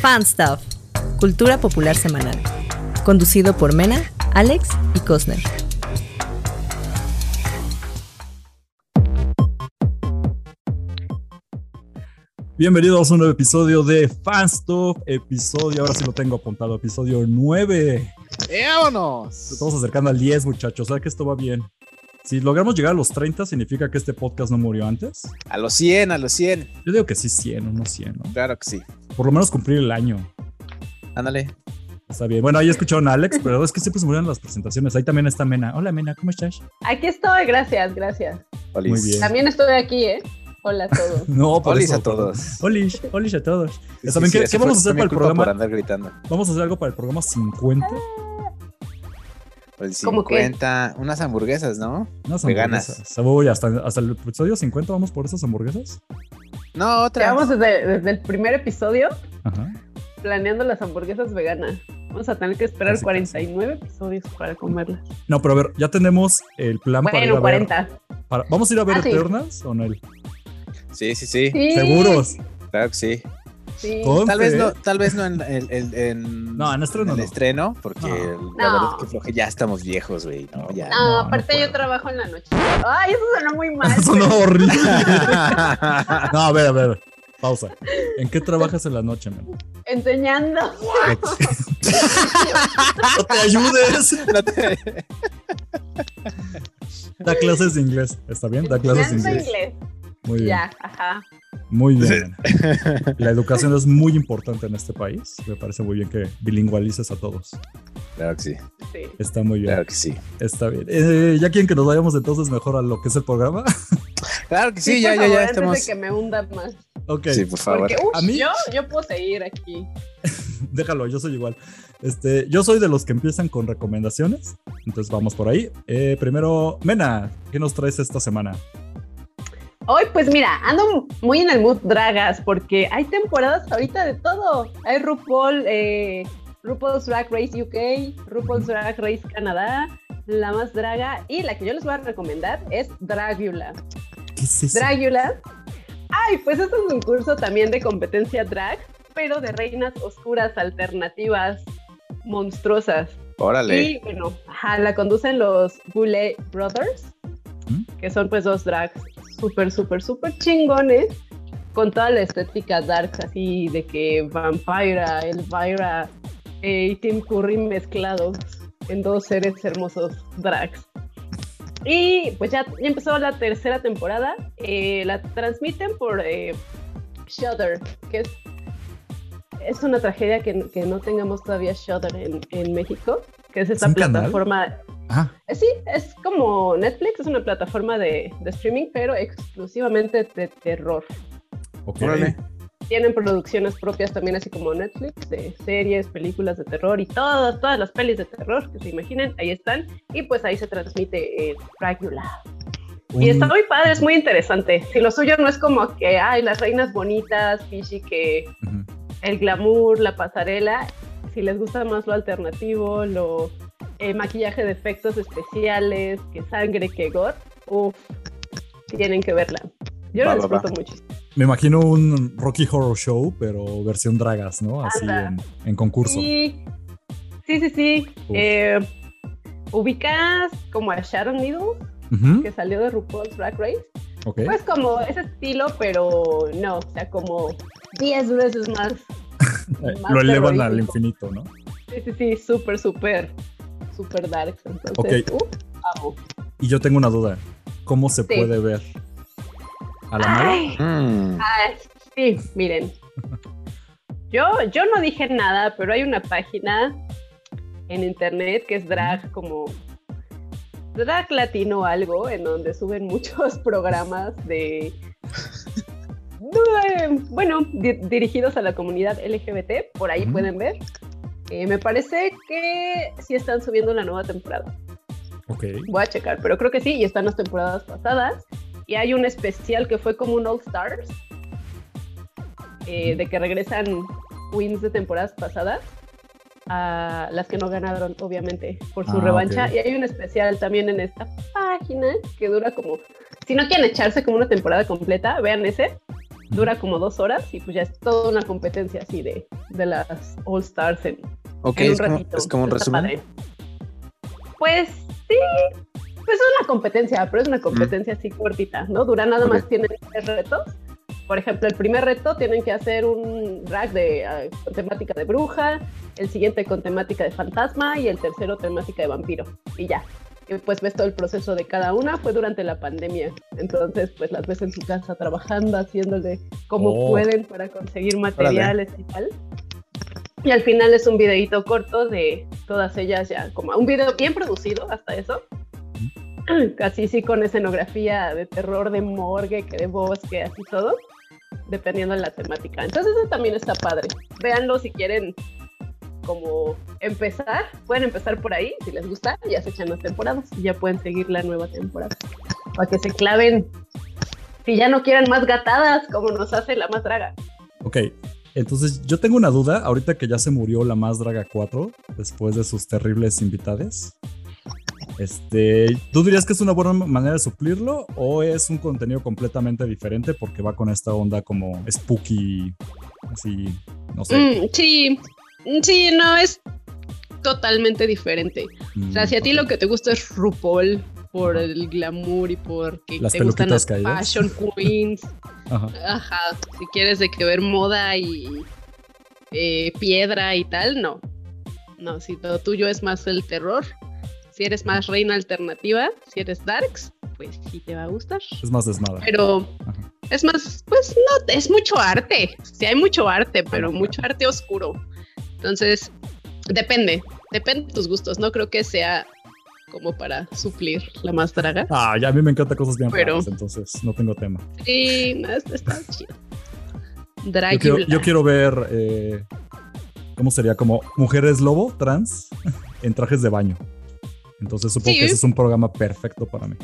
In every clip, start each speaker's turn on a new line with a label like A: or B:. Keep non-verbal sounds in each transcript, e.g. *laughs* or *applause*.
A: Fan Stuff, Cultura Popular Semanal, conducido por Mena, Alex y Cosner.
B: Bienvenidos a un nuevo episodio de Fan Stuff, episodio, ahora sí lo tengo apuntado, episodio 9.
C: ¡Vámonos!
B: Estamos acercando al 10, muchachos, o sea que esto va bien. Si logramos llegar a los 30, ¿significa que este podcast no murió antes?
C: A los 100, a los 100.
B: Yo digo que sí 100, unos 100, ¿no?
C: Claro que sí.
B: Por lo menos cumplir el año.
C: Ándale.
B: Está bien. Bueno, ahí escucharon a Alex, pero es que siempre se murieron las presentaciones. Ahí también está Mena. Hola, Mena, ¿cómo estás?
D: Aquí estoy, gracias, gracias.
B: Muy bien.
D: También estoy aquí, ¿eh? Hola a
B: *laughs*
D: todos.
B: No, por
C: Olis
B: eso,
C: a todos.
B: Olish, Olish a todos. Ya ¿Saben qué, qué vamos a hacer para el
C: Por
B: programa?
C: andar gritando.
B: Vamos a hacer algo para el programa 50.
C: Por el
D: ¿Cómo qué?
C: 50, unas hamburguesas, ¿no?
B: Unas
C: Veganas.
B: hamburguesas. Uy, hasta, hasta el episodio 50 vamos por esas hamburguesas.
C: No, otra.
D: Llevamos desde, desde el primer episodio
B: Ajá.
D: planeando las hamburguesas veganas. Vamos a tener que esperar
B: Casi, casi.
D: 49 episodios para comerlas.
B: No, pero a ver, ya tenemos el plan para ir a
D: Bueno,
B: ver-
D: 40.
B: para- ¿Vamos a ir a ver
D: Ah, sí.
B: Eternas o no?
C: Sí, sí, sí,
D: Sí,
B: Seguros.
C: Claro que sí.
D: sí.
B: Con-
C: Tal vez
B: Once.
C: no, tal vez no en, el- el- en-
B: No, en
C: en
B: estreno *laughs*
C: el
B: no.
C: estreno, porque
B: No.
C: la verdad
D: No.
C: es que floje, ya estamos viejos, güey. No, ya.
D: No,
B: No, no
D: aparte
B: puedo.
D: yo trabajo en la noche. Ay, eso sonó muy mal.
B: Sonó horrible.
C: Ah,
B: No, a ver, a ver. Pausa. ¿En qué trabajas en la noche, man?
D: Enseñando.
B: ¡No te ayudes!
C: *laughs* no te-
B: Da clases de inglés. ¿Está bien? Da clases de
D: Enseñando
B: inglés.
D: inglés.
B: Muy bien.
D: Ya, ajá.
B: Muy bien. La educación es muy importante en este país. Me parece muy bien que bilingualices a todos.
C: Claro que sí,
D: Sí.
B: Está muy bien.
C: claro que sí.
B: Está bien. Eh, ya quieren que nos vayamos entonces mejor a lo que es el programa. *laughs*
C: Claro que sí,
D: por
C: ya, ya,
D: favor,
C: ya
D: antes
C: estamos.
D: de que me hunda más.
B: Ok.
C: Sí, por favor.
D: Porque, uff,
B: A mí-
D: yo, yo puedo seguir aquí.
B: déjalo, yo soy igual. Este, yo soy de los que empiezan con recomendaciones, entonces vamos por ahí. Eh, primero, Mena, ¿qué nos traes esta semana?
D: Hoy, pues mira, ando muy en el mood dragas porque hay temporadas ahorita de todo. Hay RuPaul, eh, RuPaul's Drag Race UK, RuPaul's Drag Race Canadá, La Más Draga y la que yo les voy a recomendar es Dragula.
B: ¿Qué es eso?
D: Dragula. Ay, pues es un concurso también de competencia drag, pero de reinas oscuras alternativas monstruosas.
C: Órale.
D: Y bueno, ajá, la conducen los Boulet Brothers,
B: ¿Mm?
D: que son pues dos drags súper, súper, súper chingones, con toda la estética dark, así de que Vampira, Elvira eh, y Tim Curry mezclados en dos seres hermosos drags. Y pues ya, ya empezó la tercera temporada, eh, la transmiten por eh, Shudder, que es es una tragedia que, que no tengamos todavía Shudder en, en México, que es esta
B: un canal?
D: plataforma.
B: Ah,
D: Eh, Sí, es como Netflix, es una plataforma de, de streaming, pero exclusivamente de terror.
B: ok.
C: Órale.
D: Tienen producciones propias también, así como Netflix, de series, películas de terror y todas, todas las pelis de terror que se imaginen, ahí están. Y pues ahí se transmite eh, Dracula. Y está muy padre, es muy interesante. Si lo suyo no es como que, ay, las reinas bonitas, fishy, que
B: Ujú.
D: el glamour, la pasarela, si les gusta más lo alternativo, lo eh, maquillaje de efectos especiales, que sangre, que gore, uff, tienen que verla. Yo
C: Va,
D: la
C: va, va.
D: disfruto mucho.
B: Me imagino un Rocky Horror Show, pero versión dragas, ¿no? Así
D: Anda.
B: en, en concurso.
D: Sí, sí, sí. sí.
B: Uf.
D: Eh, ubicas como a Sharon Needles,
B: Ujú,
D: que salió de RuPaul's Drag Race.
B: ok. Eh,
D: Pues como ese estilo, pero no, o sea, como 10 veces más.
B: Eh,
D: más
B: Lo elevan al
D: terrorífico.
B: infinito, ¿no?
D: Sí, sí, sí, súper, súper, súper dark. Entonces, uh,
B: Ok.
D: uf, amo.
B: Y yo tengo una duda. ¿Cómo se puede ver? ¿A la mala?
D: Ay,
C: Mm.
D: ay, sí, miren. Yo, yo no dije nada, pero hay una página en internet que es drag como drag latino o algo, en donde suben *laughs* muchos programas de de- bueno, di- dirigidos a la comunidad LGBT, por ahí
B: Ujú.
D: pueden ver. Eh, me parece que sí están subiendo la nueva temporada.
B: Ok.
D: Voy a checar, pero creo que sí, y están las temporadas pasadas. Y hay un especial que fue como un All Stars, eh, de que regresan queens de temporadas pasadas, a las que no ganaron, obviamente, por su
B: Ah,
D: revancha.
B: ok.
D: Y hay un especial también en esta página que dura como, si no quieren echarse como una temporada completa, vean ese. Dura como dos horas y pues ya es toda una competencia así de, de las All Stars en,
C: Ok,
D: en un
C: es como,
D: ratito.
C: es como un
D: Está
C: resumen.
D: padre. Pues sí, pues es una competencia, pero es una competencia así cortita, ¿no? Dura nada más,
C: Ok.
D: tienen tres retos. Por ejemplo, el primer reto tienen que hacer un rack de, ah, con temática de bruja, el siguiente con temática de fantasma y el tercero temática de vampiro. Y ya. Y pues ves todo el proceso de cada una, fue durante la pandemia. Entonces, pues las ves en su casa trabajando, haciéndole como
B: Oh.
D: pueden para conseguir materiales y tal. Y al final es un videito corto de todas ellas ya, como un video bien producido hasta eso. Casi sí con escenografía de terror, de morgue, que de bosque, así todo, dependiendo de la temática. Entonces eso también está padre. Véanlo si quieren como empezar, pueden empezar por ahí, si les gusta, ya se echan las temporadas y ya pueden seguir la nueva temporada. Para que se claven. Si ya no quieren más gatadas, como nos hace la más draga.
B: Ok, entonces yo tengo una duda, ahorita que ya se murió la más draga 4, después de sus terribles invitades. Este, ¿tú dirías que es una buena manera de suplirlo o es un contenido completamente diferente porque va con esta onda como spooky, así, no sé?
D: Mm, sí, Mm, sí, no, es totalmente diferente. O sea,
B: Mm,
D: si a ti
B: ok.
D: lo que te gusta es RuPaul por
B: Ajá.
D: el glamour y porque
B: Las
D: te gustan
B: peluquitas
D: las
B: caídas.
D: fashion
B: *laughs*
D: queens,
B: Ajá.
D: ajá, si quieres de que ver moda y eh, piedra y tal, no. No, si lo tuyo es más el terror, si eres más reina alternativa, si eres darks, pues sí te va a gustar.
B: Es más desmadre.
D: Pero
B: Ajá.
D: es más, pues no, es mucho arte. Sí, hay mucho arte, pero
B: claro.
D: mucho arte oscuro. Entonces, depende, depende de tus gustos. No creo que sea como para suplir la más draga.
B: Ah, ya a mí me encantan cosas bien
D: Pero-
B: raras, entonces no tengo tema.
D: Sí, no, está, está chido.
B: Yo quiero,
D: Drácula.
B: yo quiero ver, eh, ¿cómo sería? Como mujeres lobo trans *laughs* en trajes de baño. Entonces supongo
D: Sí.
B: que ese es un programa perfecto para mí.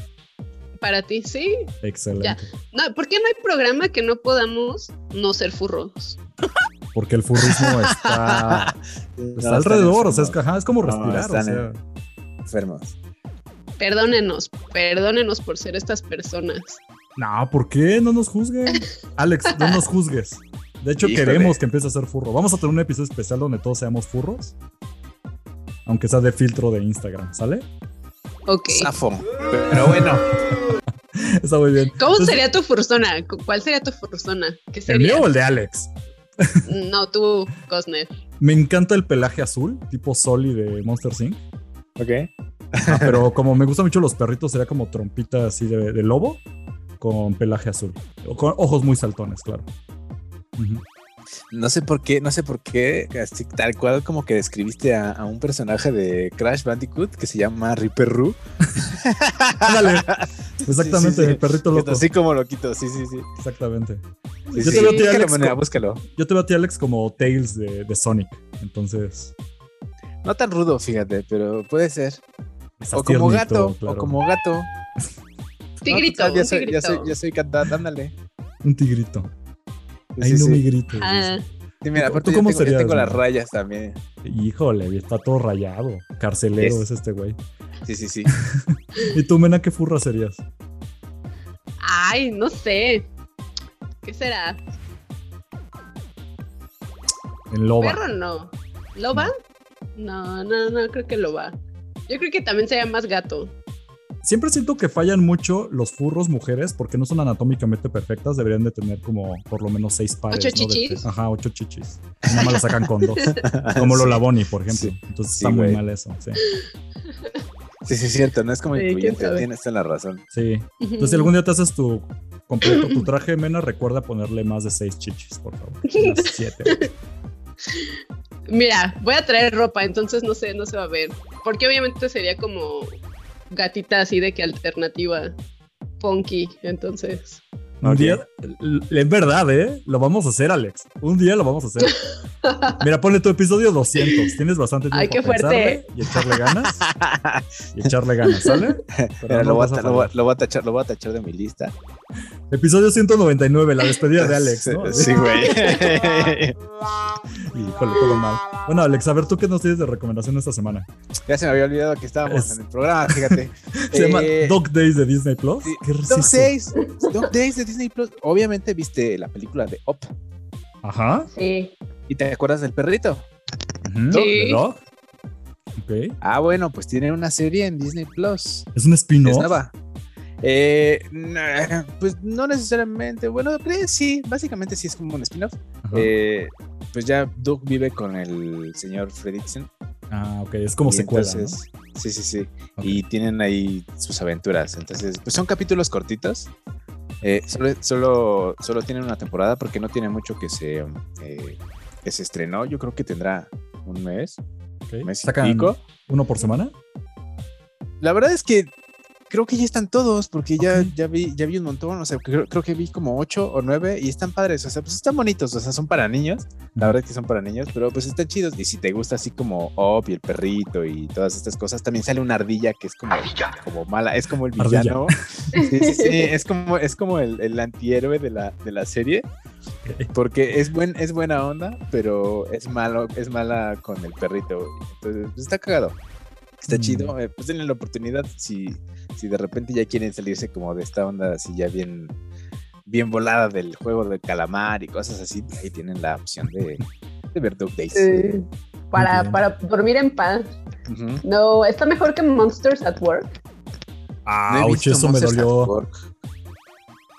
D: Para ti, sí.
B: Excelente.
D: No, ¿por qué no hay programa que no podamos no ser furros?
B: Porque el furrismo
C: *laughs*
B: está,
C: No,
B: está
C: están
B: alrededor, o sea, es,
C: enfermos,
B: ajá, es como
C: No,
B: respirar. o
C: están
B: sea,
C: enfermos.
D: Perdónenos, perdónenos por ser estas personas.
B: No, ¿por qué? No nos juzguen. Alex, no nos juzgues. De hecho,
C: Híjole.
B: queremos que empiece a ser furro. Vamos a tener un episodio especial donde todos seamos furros. Aunque sea de filtro de Instagram, ¿sale? *laughs*
D: Ok.
C: Zafo. Pero bueno,
B: Está muy bien.
D: ¿Cómo
B: Entonces,
D: sería tu fursona? ¿Cu- ¿Cuál sería tu fursona? ¿Qué
B: ¿El
D: sería?
B: mío o el de Alex?
D: No, tú, Cosner.
B: Me encanta el pelaje azul, tipo Soli de Monster Inc.
C: ok. *laughs*
B: Ah, pero como me gustan mucho los perritos, sería como trompita así de, de lobo con pelaje azul. O con ojos muy saltones, claro. Ujú.
C: No sé por qué, no sé por qué, así tal cual como que describiste a, a un personaje de Crash Bandicoot que se llama Ripper Roo.
B: *laughs*
C: *laughs*
B: Ándale. Exactamente,
C: sí, sí.
B: el perrito loco.
C: Así como loquito, sí, sí, sí.
B: Exactamente.
C: Sí,
B: Yo
C: sí.
B: te veo a ti,
C: Búscalo,
B: Alex,
C: manera,
B: co-
C: búscalo.
B: Yo te veo a ti, Alex, como Tails de, de Sonic. Entonces.
C: No tan rudo, fíjate, pero puede ser.
B: estás
C: O como
B: tiernito,
C: gato, o
B: claro.
C: como gato.
D: Tigrito,
C: No, total, ya,
D: un
C: soy, ya,
D: tigrito.
C: soy, ya soy cantante, ándale.
B: un tigrito. Ahí
C: Sí,
B: no
C: sí.
B: me grites.
D: Ah,
C: Sí, mira,
B: ¿Tú-
C: aparte
B: tú
C: yo
B: cómo
C: tengo, yo
B: serías,
C: tengo las
B: no?
C: rayas también.
B: Híjole, está todo rayado. Carcelero
C: Yes.
B: es este güey.
C: Sí, sí, sí.
B: ¿Y tú, Mena, qué furra serías?
D: ay, no sé. ¿Qué será?
B: En loba.
D: ¿Perro no? ¿Loba? No, no, no, creo que loba. Yo creo que también sería más gato.
B: Siempre siento que fallan mucho los furros mujeres porque no son anatómicamente perfectas. Deberían de tener como por lo menos seis pares.
D: ¿Ocho
B: ¿no? de
D: chichis?
B: pe- Ajá, ocho chichis. Y Nada más la sacan con dos.
C: *laughs*
B: Como Lola Bonnie, por ejemplo.
C: Sí.
B: Entonces
C: Sí,
B: está muy
C: güey.
B: mal eso. Sí.
C: Sí, sí, es cierto, no es como
D: Sí, quién
C: incluyente,
D: sabe.
C: tienes toda la razón.
B: sí.
C: Pues
B: Entonces, si algún día te haces tu completo
C: *clears throat*
B: tu traje, Mena, recuerda ponerle más de seis chichis, por
C: *laughs*
B: favor. Unas siete.
D: Mira, voy a traer ropa, entonces no sé, no se va a ver. Porque obviamente sería como gatita así de que alternativa. Funky, entonces.
B: Un día, en verdad, ¿eh? Lo vamos a hacer, Alex. Un día lo vamos a
D: *laughs*
B: hacer. Mira, ponle tu episodio 200. Tienes bastante tiempo
D: Ay, qué
B: para
D: fuerte.
B: pensarle y echarle ganas. Y echarle ganas, ¿sale?
C: *laughs*
B: Pero
C: Mira,
B: no
C: lo, voy a,
B: vas a
C: ta- lo voy a-
B: fallar.
C: lo voy a tachar, lo voy a tachar de mi lista.
B: Episodio 199, la despedida de Alex, ¿no?
C: *laughs* Sí,
B: *laughs*
C: güey.
B: Híjole, todo mal. Bueno, Alex, a ver, ¿tú qué nos tienes de recomendación esta semana?
C: ya se me había olvidado que estábamos
B: Es-
C: en el programa, fíjate.
B: *laughs* Se llama
C: Eh,
B: Dog Days de Disney Plus.
C: sí,
B: Qué
C: Dog
B: risizo.
C: Days. Dog Days de Disney Plus. O obviamente viste la película de Up
B: Ajá.
D: Sí.
C: y te acuerdas del perrito.
B: Ujú.
D: Sí.
B: ¿De Dog? Ok.
C: Ah, bueno, pues tiene una serie en Disney Plus.
B: Es un
C: Es
B: spin-off.
C: nueva. Eh, na- pues no necesariamente. Bueno, creo que sí, básicamente sí es como un spin-off.
B: Ajá.
C: Eh, pues ya Doug vive con el señor Fredrickson.
B: Ah, ok. Es como
C: y
B: secuela. ¿no?
C: entonces- Sí, sí, sí.
B: Ok.
C: Y tienen ahí sus aventuras. Entonces, pues son capítulos cortitos. Eh, solo, solo, solo tienen una temporada porque no tiene mucho que se, eh, que se estrenó. Yo creo que tendrá un mes,
B: Ok.
C: un mes y
B: Sacan
C: pico.
B: uno por semana.
C: La verdad es que creo que ya están todos, porque ya,
B: Ok.
C: ya, vi, ya vi un montón, o sea, creo, creo que vi como ocho o nueve y están padres, o sea, pues están bonitos, o sea, son para niños, la verdad es que son para niños, pero pues están chidos. Y si te gusta así como Op y el perrito y todas estas cosas, también sale una ardilla que es como, como mala, es como el
B: Ardilla.
C: villano. Sí,
B: *laughs*
C: sí, sí, es como, es como el, el antihéroe de la, de la serie,
B: Ok.
C: porque es, buen, es buena onda, pero es malo, es mala con el perrito. Entonces, pues, está cagado. Está
B: Mm.
C: chido. eh, pues denle la oportunidad si, si de repente ya quieren salirse como de esta onda así ya bien, bien volada del juego del calamar y cosas así. pues, Ahí tienen la opción de, de ver Dog Days.
D: Eh,
B: Muy
D: para,
B: bien.
D: para dormir en paz.
C: Ujú.
D: No, está mejor que Monsters at Work.
C: No he
B: Ah, Ouch,
C: visto
B: eso me
C: Monsters at
B: dolió.
C: Work.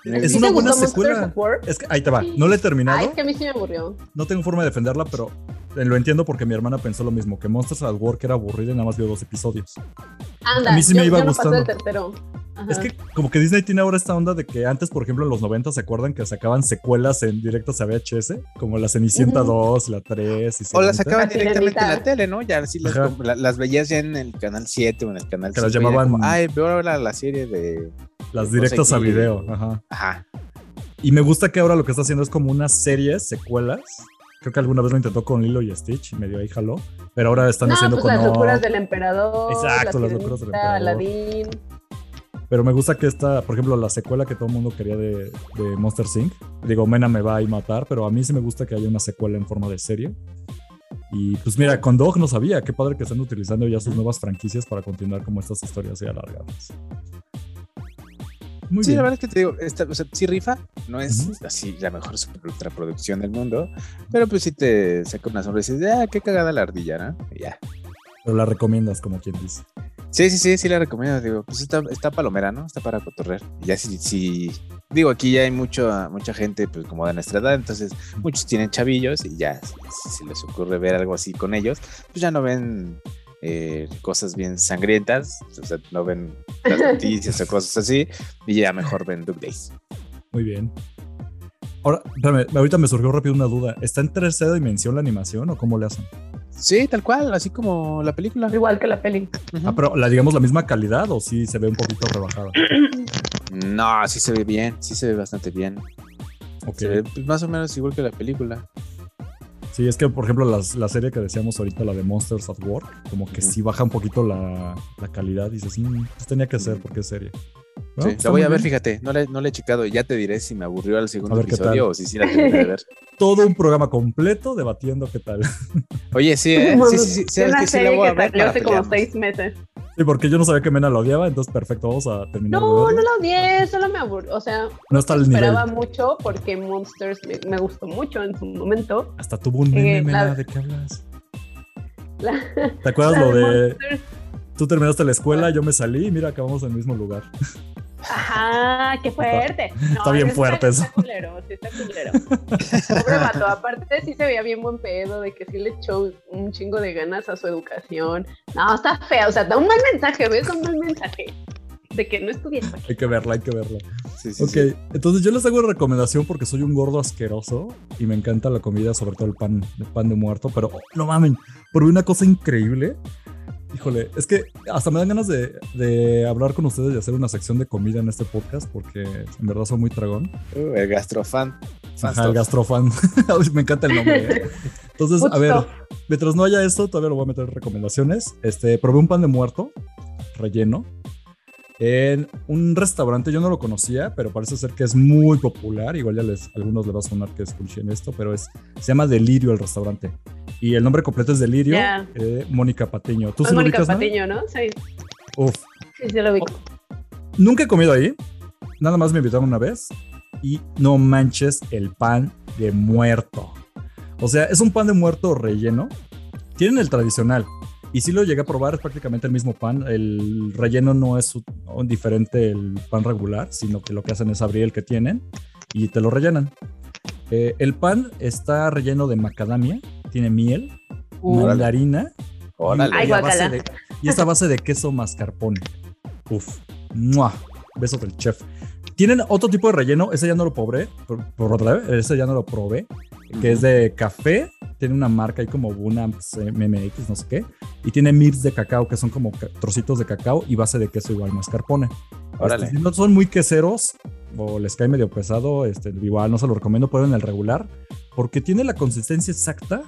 C: No he
B: Es
C: visto-
D: ¿Sí
B: una
D: te
B: buena
D: gustó
B: secuela.
D: Monsters at Work?
B: Es que ahí te va. No la he terminado.
D: Ay, es que a mí sí me aburrió.
B: No tengo forma de defenderla, pero eh, lo entiendo porque mi hermana pensó lo mismo. Que Monsters at Work era aburrida y nada más vio dos episodios.
D: Anda,
B: A mí sí me
D: yo-
B: iba
D: yo no pasé del
B: gustando.
D: tercero. Ajá.
B: Es que como que Disney tiene ahora esta onda de que antes, por ejemplo, en los 90 se acuerdan que sacaban secuelas en directas a VHS, como la Cenicienta
D: Ujú.
B: 2, la 3 y
C: O
B: Sirenita,
C: las sacaban
D: La
C: directamente en la *laughs*
D: Sirenita.
C: tele, ¿no? Ya así las,
B: Ajá.
C: la- las veías ya en el canal 7 o en el canal
B: Que las
C: 5, ya
B: llamaban-
C: como, Ay, veo ahora la serie de.
B: las directas a
C: Conseguí.
B: video. Ajá.
C: Ajá.
B: Y me gusta que ahora lo que está haciendo es como unas series, secuelas. Creo que alguna vez lo intentó con Lilo y Stitch y medio ahí jaló. Pero ahora están
D: no,
B: haciendo
D: pues
B: con
D: las locuras
B: Oz.
D: del emperador.
B: Exacto,
D: la
B: las locuras del emperador.
D: Sirenita, Aladdin.
B: Pero me gusta que esta, por ejemplo, la secuela que todo el mundo quería de, de Monster Inc. Digo, Mena me va a ir matar, pero a mí sí me gusta que haya una secuela en forma de serie. Y pues mira, con Dog no sabía. Qué padre que están utilizando ya sus nuevas franquicias para continuar como estas historias y alargarlas. Muy
C: sí, la
B: bien.
C: verdad es que te digo, esta, o sea, sí rifa, no es
B: Ujú.
C: así la mejor super ultra producción del mundo, pero pues sí te saca una sonrisa y dices, ah, qué cagada la ardilla, ¿no? Y ya.
B: Pero la recomiendas, como quien dice.
C: Sí, sí, sí, sí la recomiendo, digo, pues está, está palomera, ¿no? Está para cotorrear. Y ya sí, sí, digo, aquí ya hay mucho, mucha gente, pues como de nuestra edad, entonces muchos tienen chavillos y ya, si, si se les ocurre ver algo así con ellos, pues ya no ven eh, cosas bien sangrientas, o sea, no ven las noticias o cosas así, y ya mejor ven Duck Days.
B: Muy bien. Ahora, espérame, ahorita me surgió rápido una duda. ¿Está en tercera dimensión la animación o cómo le hacen?
C: Sí, tal cual, así como la película.
D: pues, Igual que la peli.
C: Ujú.
B: Ah, pero la digamos la misma calidad o sí se ve un poquito rebajada.
C: No, sí se ve bien, sí se ve bastante bien.
B: Ok.
C: Se ve pues, más o menos igual que la película.
B: Sí, es que, por ejemplo, las- la serie que decíamos ahorita, la de Monsters at Work, como que
C: Ujú.
B: sí baja un poquito la, la calidad. Dices, "Mm, pues tenía que ser
C: Ujú.
B: porque es serie.
C: Sí,
B: Bueno, pues, está
C: la voy
B: muy
C: a ver,
B: bien.
C: fíjate, no le, no le he checado y ya te diré si me aburrió al segundo
B: A ver qué
C: episodio
B: tal.
C: o si sí la terminé de ver.
B: Todo un programa completo debatiendo qué tal. *laughs*
C: Oye, sí,
D: *laughs*
C: ¿eh? sí, sí, sí, sí,
D: Es
C: es
D: una
C: que sí la
D: serie
C: voy a
D: que
C: ver
D: salió
C: para
D: hace como
C: pelearnos.
D: seis meses.
B: Sí, porque yo no sabía que Mena la odiaba, entonces perfecto, vamos a terminar. de
D: No,
B: verlo.
D: no la odié, solo me aburrió. O sea,
B: No está al nivel.
D: esperaba mucho porque Monsters me, me gustó mucho en su momento.
B: Hasta tuvo un meme,
D: Eh,
B: Mena,
D: la-
B: ¿de qué hablas?
D: La-
B: *laughs* ¿Te acuerdas lo
D: la
B: de
D: Monsters,
B: tú terminaste la escuela, yo me salí y mira, acabamos en el mismo lugar?
D: Ajá, qué fuerte. No,
B: Está bien
D: sí
B: fuerte
D: Está,
B: eso.
D: está culero, sí está culero. Pobre vato, aparte sí se veía bien buen pedo de que sí le echó un chingo de ganas a su educación. No, está fea, o sea, da un mal mensaje, ¿ves? Da un mal mensaje de que no estudies pues, para
B: Hay que verla, hay que verla.
C: Sí, sí,
B: Ok,
C: sí.
B: entonces yo les hago una recomendación porque soy un gordo asqueroso y me encanta la comida, sobre todo el pan, el pan de muerto, pero oh, no mamen, probé una cosa increíble. Híjole, es que hasta me dan ganas de, de hablar con ustedes y hacer una sección de comida en este podcast porque en verdad soy muy tragón.
C: Uh, el gastrofan. fan
B: Ajá, el
C: stuff.
B: gastrofan. *laughs* Ay, me encanta el nombre. ¿eh? Entonces, a
D: Justo.
B: ver, mientras no haya esto, todavía lo voy a meter en recomendaciones. Este, probé un pan de muerto relleno en un restaurante. Yo no lo conocía, pero parece ser que es muy popular. Igual ya les, algunos les va a sonar que escuchen esto, pero es, se llama Delirio el restaurante. Y el nombre completo es Delirio
D: Ya.
B: eh, Mónica Patiño. ¿Tú
D: Es
B: se lo
D: Mónica
B: ubicas, Mara?
D: Patiño, ¿no? Sí,
B: Uf,
D: sí, sí lo ubico.
B: Nunca he comido ahí. Nada más me invitaron una vez. y no manches el pan de muerto. O sea, es un pan de muerto relleno. Tienen el tradicional. Y si lo llegué a probar, es prácticamente el mismo pan. El relleno no es un- un diferente el pan regular, sino que lo que hacen es abrir el que tienen y te lo rellenan. Eh, el pan está relleno de macadamia, tiene miel,
D: Uh,
B: Oh,
C: Órale.
B: mandarina
C: Órale.
D: Ay,
B: y, a base
D: guácala.
B: de, y esa base de queso mascarpone. Uf. ¡Mua! Besos del chef. Tienen otro tipo de relleno, ese ya no lo probé, por, por otra vez, ese ya no lo probé, que es de café, tiene una marca ahí como Bunamps eh, MMX, no sé qué, y tiene mips de cacao, que son como ca- trocitos de cacao y base de queso igual mascarpone.
C: Órale.
B: Este, si no son muy queseros o les cae medio pesado, este, igual no se lo recomiendo, pero en el regular, porque tiene la consistencia exacta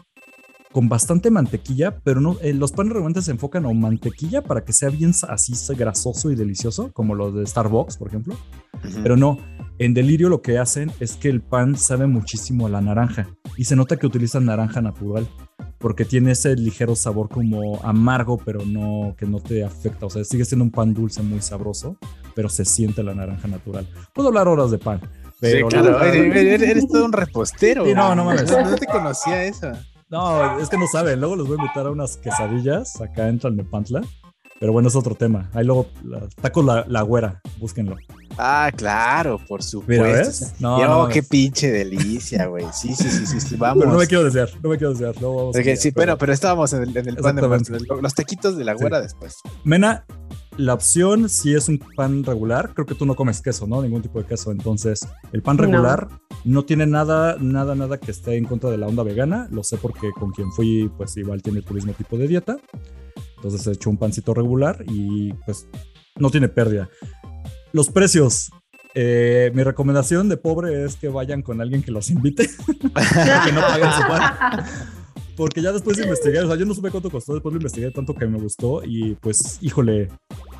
B: con bastante mantequilla, pero no, eh, los panes regularmente se enfocan a mantequilla para que sea bien sa- así sa- grasoso y delicioso, como los de Starbucks, por ejemplo.
C: Ujú.
B: Pero no, en Delirio lo que hacen es que el pan sabe muchísimo a la naranja y se nota que utilizan naranja natural porque tiene ese ligero sabor como amargo, pero no que no te afecta. O sea, sigue siendo un pan dulce muy sabroso, pero se siente la naranja natural. Puedo hablar horas de pan, pero
C: Sí,
B: la
C: claro,
B: verdad-
C: eres, eres- eres todo un repostero.
B: Sí, no, no
C: güey.
B: mames.
C: No te conocía eso.
B: no, es que no saben. Luego les voy a invitar a unas quesadillas acá en Tlalnepantla. Pero bueno, es otro tema. Ahí luego la- tacos la, la güera, búsquenlo.
C: Ah, claro, por
B: Mira,
C: supuesto.
B: ¿ves? No,
C: Yo,
B: no,
C: este, oh, qué
B: no.
C: pinche delicia, güey. Sí, sí, sí, sí, sí, vamos.
B: Pero no me quiero desear, no me quiero desear. luego vamos
C: Ok,
B: allá,
C: sí, pero, pero estábamos en el, en el pan de
B: Exactamente.
C: muerto, lo- los taquitos de la güera después.
B: Mena, la opción si es un pan regular, creo que tú no comes queso, ¿no? Ningún tipo de queso. Entonces, el pan
D: No.
B: regular no, tiene nada, nada, nada que esté en contra de la onda vegana. Lo sé porque con quien fui, pues igual tiene tu mismo tipo de dieta. Entonces he hecho un pancito regular y pues no tiene pérdida. Los precios. Eh, mi recomendación de pobre es que vayan con alguien que los invite *laughs* que no paguen su pan. Porque ya después de investigar, o sea, yo no supe cuánto costó, después lo investigué tanto que me gustó y pues, híjole,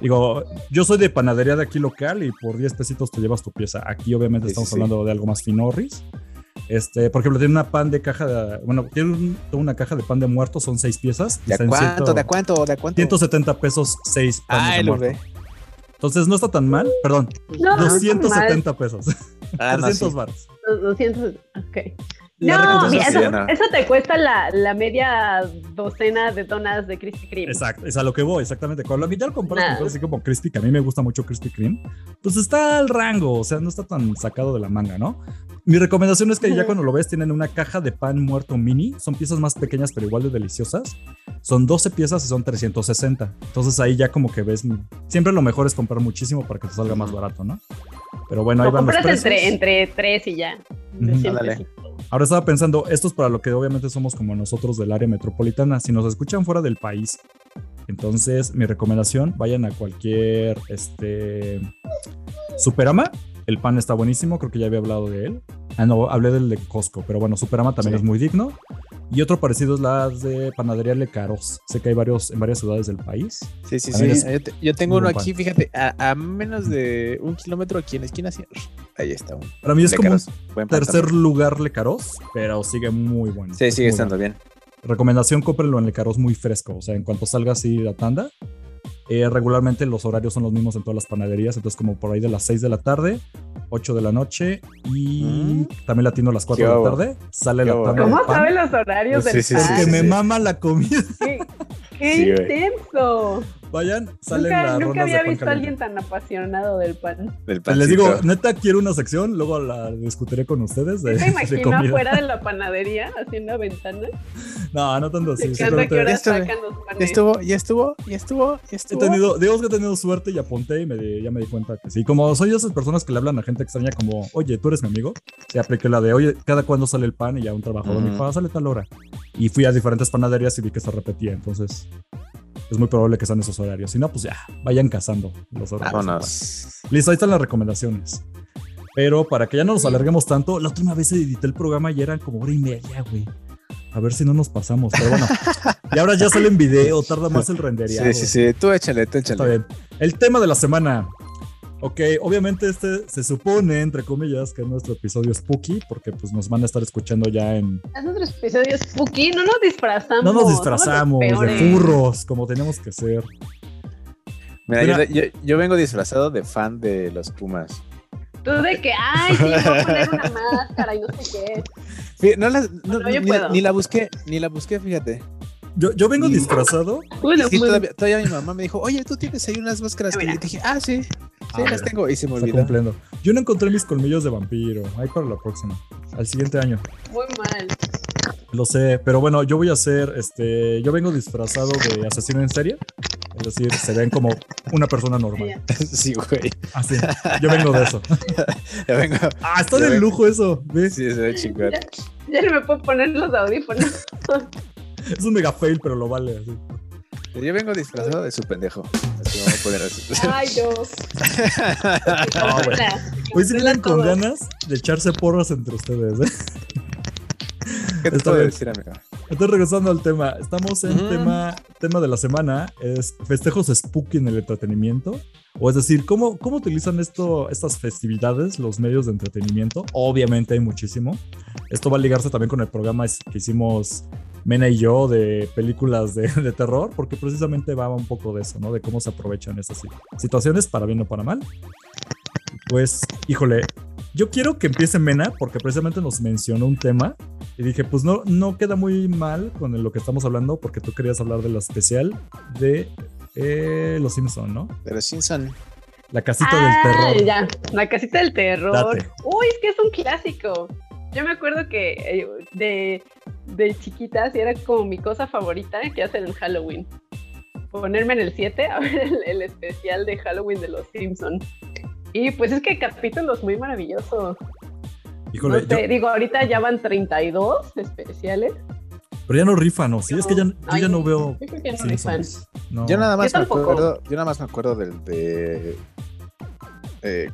B: digo, yo soy de panadería de aquí local y por 10 pesitos te llevas tu pieza. Aquí obviamente
C: Sí, sí,
B: estamos
C: sí.
B: hablando de algo más finorris. Este, por ejemplo, tiene una pan de caja, de, bueno, tiene un- una caja de pan de muerto, son seis piezas. y
C: ¿De a
B: está en
C: cuánto?
B: ciento-
C: ¿De a cuánto? ¿De a cuánto?
B: 170 pesos, seis panes
C: Ah,
B: de
C: lo
B: muerto.
C: ve.
B: Entonces no está tan mal, perdón,
D: No, no está
B: 270 pesos,
C: Ah, no,
B: 300
C: sí.
B: baros.
D: mal. 200, ok.
B: La
D: No,
B: recomendación-
D: mira, eso,
C: sí, no.
D: eso te cuesta la, la media docena de donas de Krispy Kreme.
B: Exacto, es a lo que voy, exactamente. Cuando ya lo comparas con
D: Nah.
B: cosas así como Krispy, que a mí me gusta mucho Krispy Kreme, pues está al rango, o sea, no está tan sacado de la manga, ¿no? Mi recomendación es que ya
D: Ujú.
B: cuando lo ves tienen una caja de pan muerto mini, son piezas más pequeñas pero igual de deliciosas. Son 12 piezas y son 360. Entonces ahí ya como que ves, siempre lo mejor es comprar muchísimo para que te salga más barato, ¿no? Pero bueno, ahí
D: Lo
B: van los
D: compras
B: precios.
D: entre, entre tres y ya. De
B: Ujú.
D: cien
C: Ándale.
D: pesitos.
B: Ahora estaba pensando, esto es para lo que obviamente somos como nosotros del área metropolitana, si nos escuchan fuera del país. Entonces, mi recomendación, vayan a cualquier este Superama, el pan está buenísimo, creo que ya había hablado de él. Ah, no, hablé del de Costco, pero bueno, Superama también
C: Sí.
B: es muy digno. Y otro parecido es las de Panadería Le Caros. Sé que hay varios en varias ciudades del país.
C: Sí, sí,
B: A ver,
C: sí.
B: es-
C: Yo, te- yo tengo uno
B: Muy
C: aquí, fíjate, a, a menos de un kilómetro aquí en la esquina. así, Ahí está. Un,
B: Para mí es
C: de
B: como
C: caros,
B: un
C: buen pan
B: tercer
C: también.
B: lugar Le Caros, pero sigue muy bueno.
C: Sí,
B: Es
C: sigue
B: muy
C: estando bien.
B: Recomendación, cómprenlo en Lecaros muy fresco. O sea, en cuanto salga así la tanda, eh, regularmente los horarios son los mismos en todas las panaderías. Entonces, como por ahí de las 6 de la tarde, 8 de la noche y
C: Mm.
B: también latino a las 4 de
C: Qué
B: la
C: hubo.
B: tarde, sale
C: Qué
B: la
C: hubo.
B: tanda
D: ¿Cómo
B: del pan.
D: saben los horarios
C: Sí,
D: del
C: sí, sí,
D: pan?
B: Porque me mama la comida. *laughs*
D: *laughs* ¡Qué, qué
C: Sí, güey.
D: intenso!
B: Vayan, salen
D: Nunca,
B: las
D: nunca
B: rondas de
D: había
B: pan
D: visto a
B: caliente.
D: alguien tan apasionado del pan.
C: Del
B: Les
C: pancito.
B: digo, neta, quiero una sección, luego la discutiré con ustedes de,
D: ¿Sí
B: *laughs*
D: ¿Te
B: de
D: imagino pues.
B: comida.
D: afuera de la panadería, así en una ventana?
B: No, no tanto así.
D: Me encanta que
B: simplemente-
D: ahora
C: Esto-
D: sacan los
C: Ya
D: panes.
C: estuvo, ya estuvo, ya estuvo, ya
B: He
C: estuvo.
B: tenido, digamos que he tenido suerte y apunté y me di- ya me di cuenta que sí. Como soy de esas personas que le hablan a gente extraña como, oye, tú eres mi amigo, se apliqué la de, oye, cada cuándo sale el pan y ya un trabajador me dijo,
C: Ujú.
B: "Ah, sale tal hora. Y fui a diferentes panaderías y vi que se repetía, entonces es muy probable que sean esos horarios. Si no, pues ya, vayan cazando los
C: Ah,
B: horarios.
C: Vámonos.
B: Listo, ahí están las recomendaciones. Pero para que ya no nos alarguemos tanto, la última vez edité el programa y eran como hora y media, güey. A ver si no nos pasamos, pero
C: *laughs*
B: bueno. y ahora ya sale en video, tarda más el rendereado.
C: Sí, sí, sí. Tú échale, tú
B: Está
C: échale.
B: bien. El tema de la semana. Ok, obviamente este se supone, entre comillas, que es nuestro episodio spooky, porque pues nos van a estar escuchando ya en...
D: Es otro episodio spooky, no nos disfrazamos.
B: No nos
D: somos
B: disfrazamos
D: los
B: de
D: peores.
B: furros, como tenemos que ser.
C: Mira,
B: Mira.
C: Yo, yo- yo vengo disfrazado de fan de los Pumas.
D: Tú de que, ay, sí, voy a poner
B: *laughs*
D: una máscara y no sé qué.
C: Fí- No las, no,
D: Bueno, yo
C: ni, la,
D: puedo.
C: ni la busqué, ni la busqué, fíjate.
B: Yo, yo vengo disfrazado.
D: Bueno,
C: Sí,
D: pues,
C: todavía, todavía mi mamá me dijo, oye, tú tienes ahí unas máscaras que
D: Mira.
C: yo dije, ah, sí, sí,
B: Ah,
C: las tengo. Y se me
B: Está
C: olvidó.
B: cumpliendo. Yo no encontré mis colmillos de vampiro. Ahí para la próxima. Al siguiente año.
D: muy mal.
B: Lo sé, pero bueno, yo voy a hacer, este, yo vengo disfrazado de asesino en serie. Es decir, se ven como una persona normal.
C: *laughs* Sí, güey.
B: Así. Yo vengo de eso.
C: *laughs* Ya vengo. *laughs*
B: Ah, está de lujo eso. ¿ves?
C: Sí, se ve chingón.
D: Ya, ya no me puedo poner los
B: *laughs*
D: audífonos.
B: Es un mega fail, pero lo vale. así.
C: Yo vengo disfrazado de su pendejo. Así me voy a poner así. *laughs*
D: Ay,
B: *laughs*
D: yo.
B: Ah, bueno. Hoy se vienen con ganas de echarse porras entre ustedes. ¿eh?
C: ¿Qué te
B: Está
C: puedo
B: bien.
C: decir, amigo?
B: Entonces, regresando al tema, estamos en
C: Ujú.
B: tema, tema de la semana, es festejos spooky en el entretenimiento. O es decir, ¿cómo, cómo utilizan esto, estas festividades, los medios de entretenimiento? Obviamente hay muchísimo. Esto va a ligarse también con el programa es- que hicimos Mena y yo de películas de, de terror, porque precisamente va un poco de eso, ¿no? De cómo se aprovechan estas si- situaciones, para bien o para mal. Pues, híjole, yo quiero que empiece Mena, porque precisamente nos mencionó un tema y dije, pues no, no queda muy mal con lo que estamos hablando, porque tú querías hablar de la especial de eh, Los Simpson, ¿no?
C: Pero Simpson.
B: La casita
D: Ah,
B: del terror.
D: ya, la casita del terror.
B: Date.
D: Uy, es que es un clásico. Yo me acuerdo que eh, de, de chiquita sí era como mi cosa favorita que hacen en Halloween. Ponerme en el 7 a ver el, el especial de Halloween de los Simpsons. Y pues es que hay capítulos muy maravillosos.
B: Híjole,
D: No
B: yo-
D: sé, digo, ahorita ya van 32 especiales.
B: pero ya no rifan, ¿no? Sí, es que ya, yo
D: Ay,
B: ya no veo
D: Yo creo que no me fan.
B: Simpsons. No.
C: Yo nada más
D: Yo
C: me
D: tampoco.
C: acuerdo. Yo nada más me acuerdo del de. eh,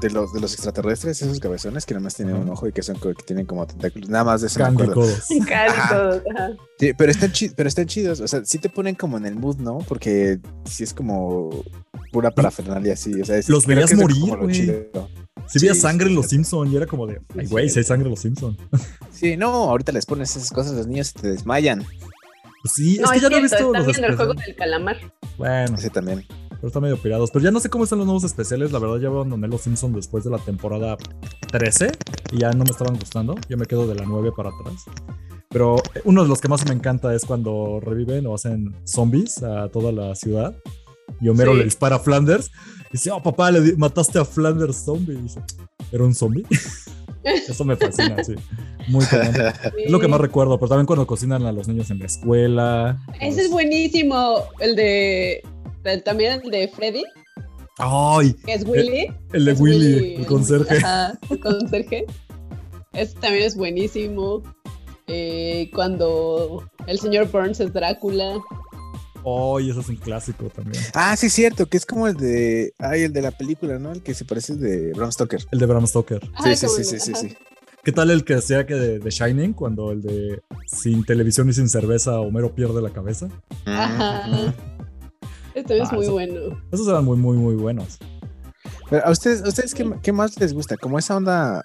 C: de los, de los extraterrestres, esos cabezones que nada más tienen un ojo y que son co- que tienen como tentáculos. Nada más de eso me
B: Candy
C: acuerdo.
D: *laughs*
B: Codos.
D: Cálidos, ajá.
C: Sí, pero están chidos, pero están chidos. O sea, sí te ponen como en el mood, ¿no? Porque sí es como pura parafernalia, sí. O sea, es-
B: Los
C: creo
B: veías
C: que es como
B: morir,
C: lo
B: güey.
C: chido.
B: Sí, veía
C: Sí,
B: sangre en
C: sí.
B: Los Simpsons y era como de, ay, güey, si hay sangre en Los Simpsons.
C: Sí, no, ahorita les pones esas cosas a los niños y te desmayan.
B: Pues sí,
D: No,
B: es que
D: es
B: ya no he
D: cierto,
B: visto
D: están
B: los
D: viendo el juego
B: especiales.
D: del calamar.
B: Bueno,
C: Ese también.
B: pero están medio pirados. Pero ya no sé cómo están los nuevos especiales. La verdad, ya abandoné Los Simpsons después de la temporada 13 y ya no me estaban gustando. Yo me quedo de la 9 para atrás. Pero eh, uno de los que más me encanta es cuando reviven o hacen zombies a toda la ciudad. Y Homero
D: Sí.
B: le dispara a Flanders. Y dice, oh papá, le di- mataste a Flanders zombie. Y dice, ¿era un zombie? *laughs* Eso me fascina, sí. Muy común.
D: *laughs*
B: Es lo que más recuerdo, pero también cuando cocinan a los niños en la escuela.
D: Ese es buenísimo, el de el- también el de Freddy,
B: ¡Ay!
D: que es Willy.
B: Eh, El de
D: es
B: Willy, el conserje.
D: Ajá, el conserje. Ese también es buenísimo. Eh, cuando el señor Burns es Drácula.
B: ¡Ay! Ese es un clásico también.
C: Ah, sí, es cierto, que es como el de. Ay, el de la película, ¿no? El que se parece de Bram Stoker.
B: El de Bram Stoker.
D: Ajá,
C: sí,
D: como
C: sí,
D: el-
C: sí, sí,
D: Ah, ajá.
C: sí, sí.
B: ¿Qué tal el que hacía que de, de Shining cuando el de sin televisión y sin cerveza Homero pierde la cabeza?
D: Ajá.
C: Ujú.
D: Ese también es
B: Ah,
D: muy
B: eso-
D: bueno.
B: Esos eran muy, muy, muy buenos.
C: Pero a ustedes, ¿a ustedes qué, qué más les gusta? Como esa onda.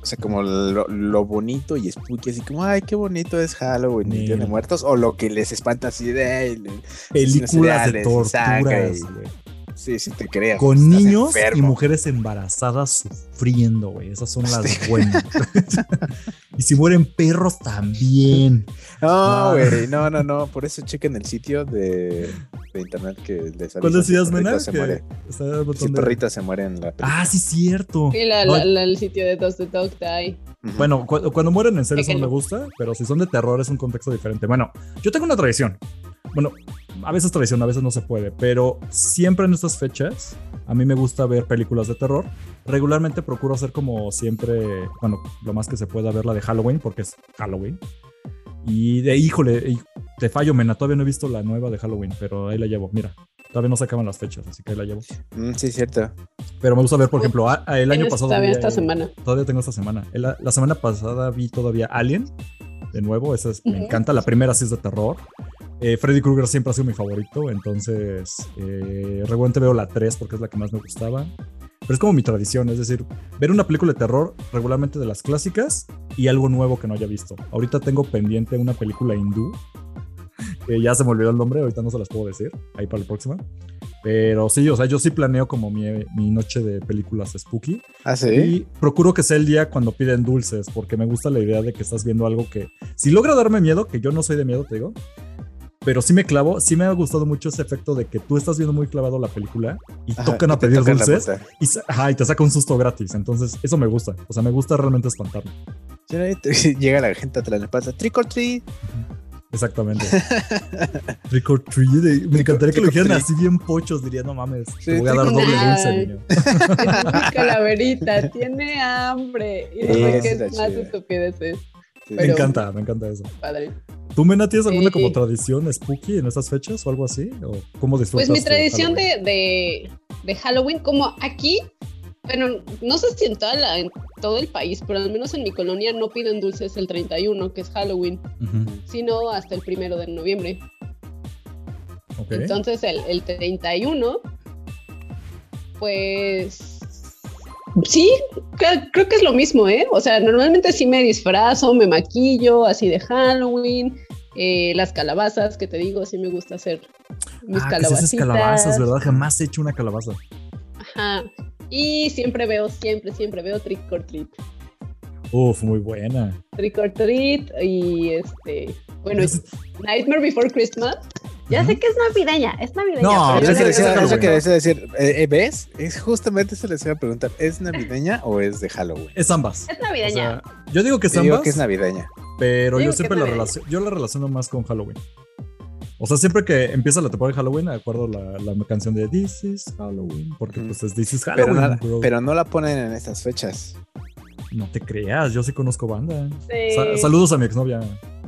C: O sea, como lo, lo bonito y spooky, así como, ay, qué bonito es Halloween, y
B: Mira.
C: Día de Muertos, o lo que les espanta así de, "Ay, le-
B: Películas de
C: seriales, sangre
B: torturas,
C: y-
B: güey.
C: sí, sí te creo.
B: Con
C: estás
B: niños y
C: enfermo".
B: mujeres embarazadas sufriendo, güey. Esas son las
C: *laughs*
B: buenas. y si mueren perros también.
C: No,
B: Ah.
C: güey, no, no, no. Por eso chequen el sitio de, de internet que les avisa
B: ¿Cuál
C: si
B: decías,
C: perrito
B: Mena?
C: Se
B: Que
C: muere.
B: está el botón de-
C: Si perrito se muere en la película.
B: Ah, sí, cierto.
D: Y la-
B: No,
D: la- la- el sitio de Dos de Dog Die.
C: Ujú.
B: Bueno, cu- cuando mueren en serio eso no me
D: Déjenlo.
B: gusta, pero si son de terror es un contexto diferente. Bueno, yo tengo una tradición. Bueno, a veces tradición, a veces no se puede, pero siempre en estas fechas a mí me gusta ver películas de terror. Regularmente procuro hacer como siempre, bueno, lo más que se pueda ver la de Halloween, porque es Halloween. Y de híjole, y te fallo, mena, todavía no he visto la nueva de Halloween, pero ahí la llevo, mira. Todavía no se acaban las fechas, así que ahí la llevo.
C: Mm, sí, cierto.
B: Pero me gusta ver, por ejemplo, a- a- el año
D: Tienes
B: pasado...
D: También
B: vi-
D: esta semana.
B: todavía tengo esta semana. Eh, La, la semana pasada vi todavía Alien, de nuevo, esa es- me
D: Ujú.
B: encanta. La primera sí es de terror. Eh, Freddy Krueger siempre ha sido mi favorito, entonces eh, regularmente veo la 3 porque es la que más me gustaba. Pero es como mi tradición, es decir, ver una película de terror regularmente de las clásicas y algo nuevo que no haya visto. Ahorita tengo pendiente una película hindú, que ya se me olvidó el nombre, ahorita no se las puedo decir, ahí para la próxima. Pero sí, o sea, yo sí planeo como mi, mi noche de películas spooky.
C: Ah,
B: Y procuro que sea el día cuando piden dulces, porque me gusta la idea de que estás viendo algo que, si logra darme miedo, que yo no soy de miedo, te digo, pero sí me clavo, sí me ha gustado mucho ese efecto de que tú estás viendo muy clavado la película y
C: Ajá,
B: tocan a
C: y te
B: pedir
C: tocan la
B: dulces
C: puerta.
B: y, sa- ajá, y te saca un susto gratis. Entonces, eso me gusta. O sea, me gusta realmente espantarme.
C: Generalmente *laughs* Llega la gente atrás de la pata, trick or treat. *laughs*
B: Exactamente. Trick or treat. eh, Me encantaría que lo
C: trick or
B: dijeran
C: treat.
B: así bien pochos. Diría, no mames,
C: Sí,
B: te voy a dar
D: trick or
B: doble dulce,
D: treat.
B: niño. *laughs*
D: Es calaverita, tiene hambre. Y no sé
C: Eso
D: qué
C: está
D: más
C: chido.
D: estupideces.
B: Me
D: Pero-
B: encanta, me encanta eso.
D: Padre.
B: ¿Tú, Mena, tienes alguna
D: Sí.
B: como tradición spooky en estas fechas o algo así? ¿O cómo disfrutas?
D: Pues mi
B: tu
D: tradición
B: Halloween?
D: de, de, de Halloween, como aquí, bueno, no sé si en, toda la- en todo el país, pero al menos en mi colonia no piden dulces el 31, que es Halloween,
B: Ujú,
D: sino hasta el primero de noviembre.
B: ok.
D: Entonces el, el 31, pues... Sí, cre- creo que es lo mismo, ¿eh? O sea, normalmente sí me disfrazo, me maquillo, así de Halloween, eh, las calabazas, que te digo, sí me gusta hacer mis
B: Ah, que sí
D: calabacitas.
B: haces calabazas, ¿verdad? Jamás he hecho una calabaza.
D: Ajá. Y siempre veo, siempre, siempre veo trick or treat.
B: Uf, muy buena.
D: Trick or treat y este. Bueno,
B: Yo sí-
D: Nightmare Before Christmas. Ya
B: Ujú.
D: sé que es navideña, es navideña.
B: No,
D: pero
C: Eso
B: pero
D: yo
C: que
B: es
D: creo
C: decía-
B: Halloween.
C: eso que decía decir, eh, eh, ¿ves? Es justamente eso les iba a preguntar. ¿Es navideña o es de Halloween?
B: Es ambas.
D: que es
B: O
D: navideña.
B: sea, yo digo que es
C: Yo digo
B: ambas,
C: que es navideña.
B: pero
D: Yo
B: yo
D: digo que
B: siempre
D: es
B: la
D: navideña.
B: relaciono, yo la relaciono más con Halloween. O sea, siempre que empieza la temporada de Halloween, me acuerdo la, la canción de This is Halloween, porque
C: Ujú.
B: pues es This is
C: Pero,
B: Halloween,
C: nada-
B: bro.
C: pero no la ponen en estas fechas.
B: No te creas, yo sí conozco banda.
D: Sí.
B: Sa- saludos a mi exnovia